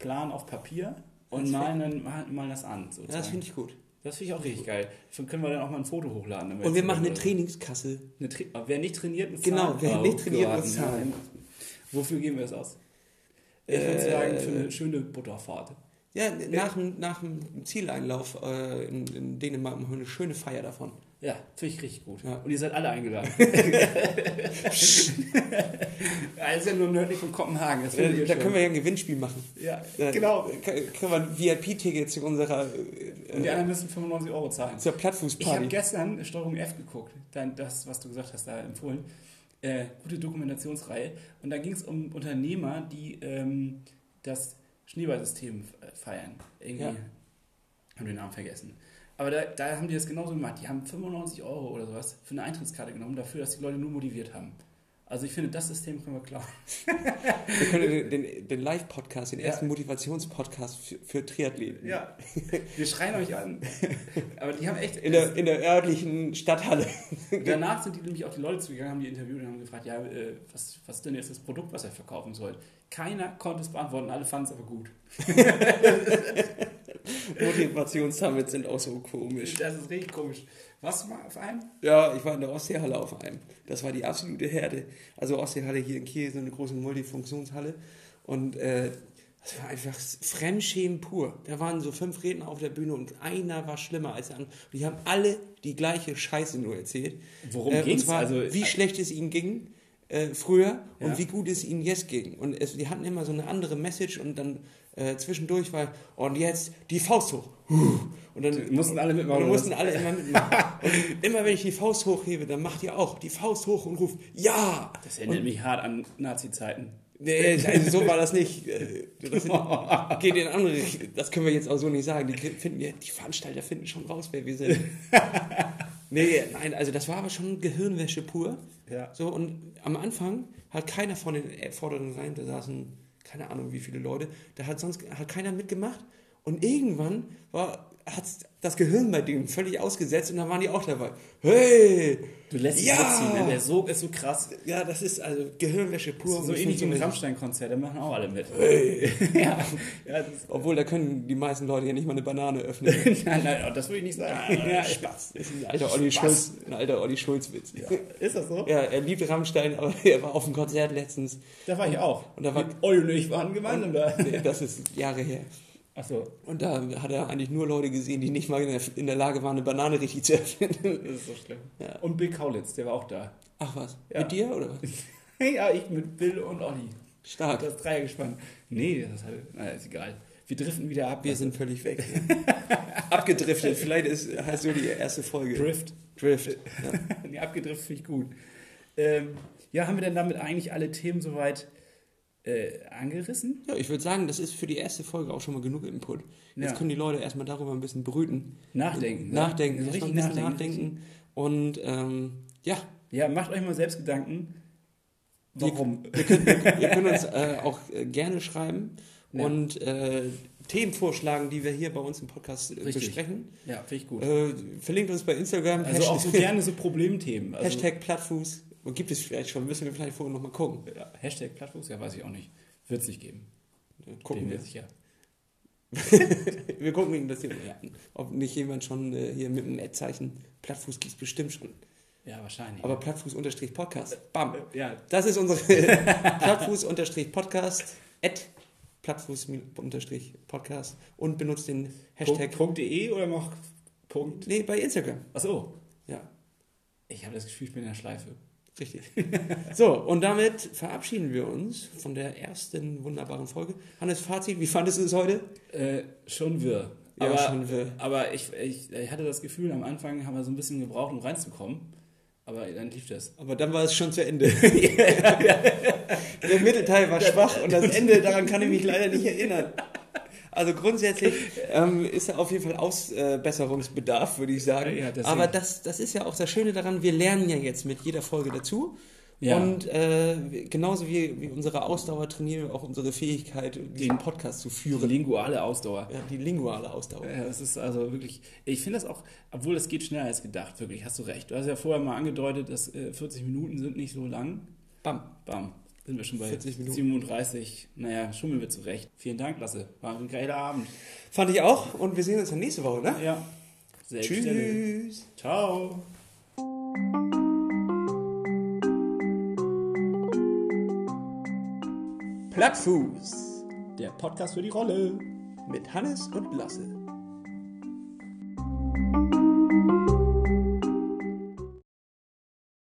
S2: Plan auf Papier und
S3: Das
S2: malen dann malen, malen das an.
S3: ja, das
S2: Sozusagen.
S3: finde ich gut.
S2: das finde ich auch richtig geil. Davon können wir dann auch mal ein Foto hochladen. wenn
S3: Und wir
S2: jetzt-
S3: machen eine
S2: oder so.
S3: Trainingskasse.
S2: Eine Tra aber wer nicht trainiert, muss
S3: Genau,
S2: zahlen. Oh
S3: wer nicht trainiert,
S2: Gott,
S3: muss
S2: nein.
S3: zahlen. Äh,
S2: Wofür geben wir das aus? Ich würde sagen, für eine schöne Butterfahrt.
S3: Ja, nach, dem- nach dem Zieleinlauf äh, in, in Dänemark machen wir eine schöne Feier davon.
S2: Ja, finde ich richtig gut.
S3: Ja.
S2: Und ihr seid alle eingeladen. das ist ja nur nördlich von Kopenhagen. Das findet
S3: Äh,
S2: ihr
S3: da
S2: schon.
S3: können wir ja ein Gewinnspiel machen.
S2: Ja,
S3: Äh,
S2: genau.
S3: kann- Können wir VIP-Tickets zu unserer
S2: Und
S3: äh,
S2: die
S3: äh,
S2: anderen müssen 95 Euro zahlen.
S3: zur
S2: Ich habe
S3: Plattfußparty.
S2: gestern Steuerung F geguckt, dann das, was du gesagt hast, da empfohlen. Äh, gute Dokumentationsreihe. Und da ging es um Unternehmer, die ähm, das Schneeballsystem f- äh, feiern. Irgendwie
S3: Ja.
S2: haben den Namen vergessen. Aber da, da haben die das genauso gemacht. Die haben 95 Euro oder sowas für eine Eintrittskarte genommen, dafür, dass die Leute nur motiviert haben. Also ich finde, das System können wir klauen.
S3: Wir können den, den, den Live-Podcast, den ersten Motivationspodcast für, für Triathleten
S2: Ja, wir schreien euch an. Aber die haben echt...
S3: in, der, in der örtlichen Stadthalle.
S2: Danach sind die nämlich auch die Leute zugegangen, haben die interviewt und haben gefragt, ja, äh, was, was ist denn jetzt das Produkt, was ihr verkaufen sollt? Keiner konnte es beantworten, alle fanden es aber gut.
S3: Motivationssummits sind auch so komisch.
S2: Das ist richtig komisch. Was mal auf einem?
S3: Ja, ich war in der Ostseehalle auf einem. Das war die absolute Herde. Also Ostseehalle hier in Kiel, so eine große Multifunktionshalle. Und äh, das war einfach Fremdschämen pur. Da waren so fünf Redner auf der Bühne und einer war schlimmer als der andere. Und die haben alle die gleiche Scheiße nur erzählt.
S2: Worum
S3: Äh, und
S2: ging's?
S3: zwar,
S2: Also-
S3: wie schlecht es ihnen ging äh, früher
S2: Ja.
S3: und wie gut es ihnen jetzt ging. Und es, die hatten immer so eine andere Message und dann äh, zwischendurch war, und jetzt die Faust hoch. Huh. Und dann
S2: Mussten alle mitmachen,
S3: Und dann
S2: oder
S3: mussten alle immer mitmachen. und immer wenn ich die Faust hochhebe, dann macht ihr auch die Faust hoch und ruft, ja!
S2: Das erinnert mich hart an Nazi-Zeiten.
S3: Nee, also so war das nicht. Äh, Das sind, geht in andere Richt- Das können wir jetzt auch so nicht sagen. Die finden ja, die Veranstalter finden schon raus, wer wir sind. Nee, nein, also das war aber schon Gehirnwäsche pur.
S2: Ja.
S3: So, und am Anfang hat keiner von den äh, vorderen Reihen, da saßen keine Ahnung wie viele Leute, da hat sonst hat keiner mitgemacht. Und irgendwann war, hat das Gehirn bei denen völlig ausgesetzt und dann waren die auch dabei. Hey!
S2: Du lässt dich
S3: Ja!
S2: mitziehen, ne? der Sog ist so krass.
S3: Ja, das ist also Gehirnwäsche pur.
S2: So
S3: und
S2: ähnlich wie im
S3: funktioniert.
S2: Rammstein-Konzert, da machen auch alle mit. ja, ja das ist,
S3: Obwohl, da können die meisten Leute ja nicht mal eine Banane öffnen.
S2: nein, nein, oh, das will ich nicht sagen. Ja,
S3: Spaß. Das ist ein alter Olli Schulz, ein alter Olli Schulz-Witz. Ja.
S2: ist das so?
S3: er liebt Rammstein, aber er war auf dem Konzert letztens.
S2: Da war ich auch.
S3: Und da war-
S2: Olli und ich waren gemeinsam da.
S3: Nee, Das ist Jahre her.
S2: Achso,
S3: Und da hat er eigentlich nur Leute gesehen, die nicht mal in der, in der Lage waren, eine Banane richtig zu öffnen.
S2: das ist so schlimm.
S3: Ja.
S2: Und Bill Kaulitz, der war auch da.
S3: Ach was,
S2: Ja.
S3: mit dir oder was?
S2: ja, ich mit Bill und Olli.
S3: Stark.
S2: Das Dreiergespann. Nee, das hatte, na, ist egal. Wir driften wieder ab. Also,
S3: Wir sind völlig weg. ne? Abgedriftet. Vielleicht ist, heißt so die erste Folge.
S2: Drift.
S3: Drift.
S2: nee, abgedriftet finde ich gut. Ähm, ja, haben wir denn damit eigentlich alle Themen soweit äh, angerissen?
S3: Ja, ich würde sagen, das ist für die erste Folge auch schon mal genug Input. Jetzt
S2: Ja.
S3: können die Leute erstmal darüber ein bisschen brüten.
S2: Nachdenken, ne?
S3: Nachdenken.
S2: Ja,
S3: erst mal
S2: richtig
S3: ein bisschen
S2: nachdenken.
S3: nachdenken. Und ähm, ja,
S2: Ja, macht euch mal selbst Gedanken. Warum?
S3: ihr könnt uns äh, auch äh, gerne schreiben
S2: Ja.
S3: und äh, Themen vorschlagen, die wir hier bei uns im Podcast äh,
S2: Richtig.
S3: besprechen.
S2: Ja, finde ich gut.
S3: Äh, verlinkt uns bei Instagram.
S2: also auch so gerne so Problemthemen. Also,
S3: Hashtag Plattfuß. Und gibt es vielleicht schon, müssen wir vielleicht vorher nochmal gucken.
S2: Ja, Hashtag Plattfuchs, ja, weiß ich auch nicht. Wird es nicht geben.
S3: Gucken
S2: Bin mir
S3: wir.
S2: sicher.
S3: Wir gucken wegen des Thema. Ja. Ob nicht jemand schon äh, hier mit dem Ad-Zeichen Plattfuß gibt es bestimmt schon.
S2: Ja, wahrscheinlich.
S3: Aber Plattfuß-Podcast. Bam.
S2: ja,
S3: Das ist unsere Plattfuß-Podcast. At Plattfuß-Podcast. Und benutzt den Hashtag.
S2: Punkt, Punkt .de oder noch Punkt.
S3: Nee, bei Instagram.
S2: Achso,
S3: Ja,
S2: ich habe das Gefühl, ich bin in der Schleife.
S3: richtig. so, und damit verabschieden wir uns von der ersten wunderbaren Folge. Hannes, Fazit, wie fandest du es heute?
S2: Äh, schon wirr.
S3: Ja,
S2: aber,
S3: schon wirr.
S2: Aber ich, ich, ich hatte das Gefühl, am Anfang haben wir so ein bisschen gebraucht, um reinzukommen. Aber dann lief das.
S3: Aber dann war es schon zu Ende. der Mittelteil war schwach und das Ende, daran kann ich mich leider nicht erinnern. Also grundsätzlich ähm, ist da auf jeden Fall Ausbesserungsbedarf, würde ich sagen.
S2: Ja, deswegen.
S3: Aber das, das ist ja auch das Schöne daran, wir lernen ja jetzt mit jeder Folge dazu.
S2: Ja.
S3: Und äh, wir- genauso wie, wie unsere Ausdauer trainieren wir auch unsere Fähigkeit, diesen Podcast zu
S2: Ihre
S3: führen.
S2: linguale Ausdauer.
S3: Ja, die linguale Ausdauer.
S2: Ja, das ist also wirklich, ich finde das auch, obwohl es geht schneller als gedacht, wirklich, hast du recht. Du hast ja vorher mal angedeutet, dass äh, 40 Minuten sind nicht so lang.
S3: Bam.
S2: Bam, sind wir schon bei
S3: 40 Minuten.
S2: 37. Naja, schummeln wir zurecht. Vielen Dank, Lasse. War ein geiler Abend.
S3: Fand ich auch. Und wir sehen uns dann nächste Woche, ne?
S2: Ja. Selbst Stelle.
S3: Tschüss.
S2: Ciao.
S3: Plattfuß
S2: Der Podcast für die Rolle.
S1: Mit Hannes und Lasse.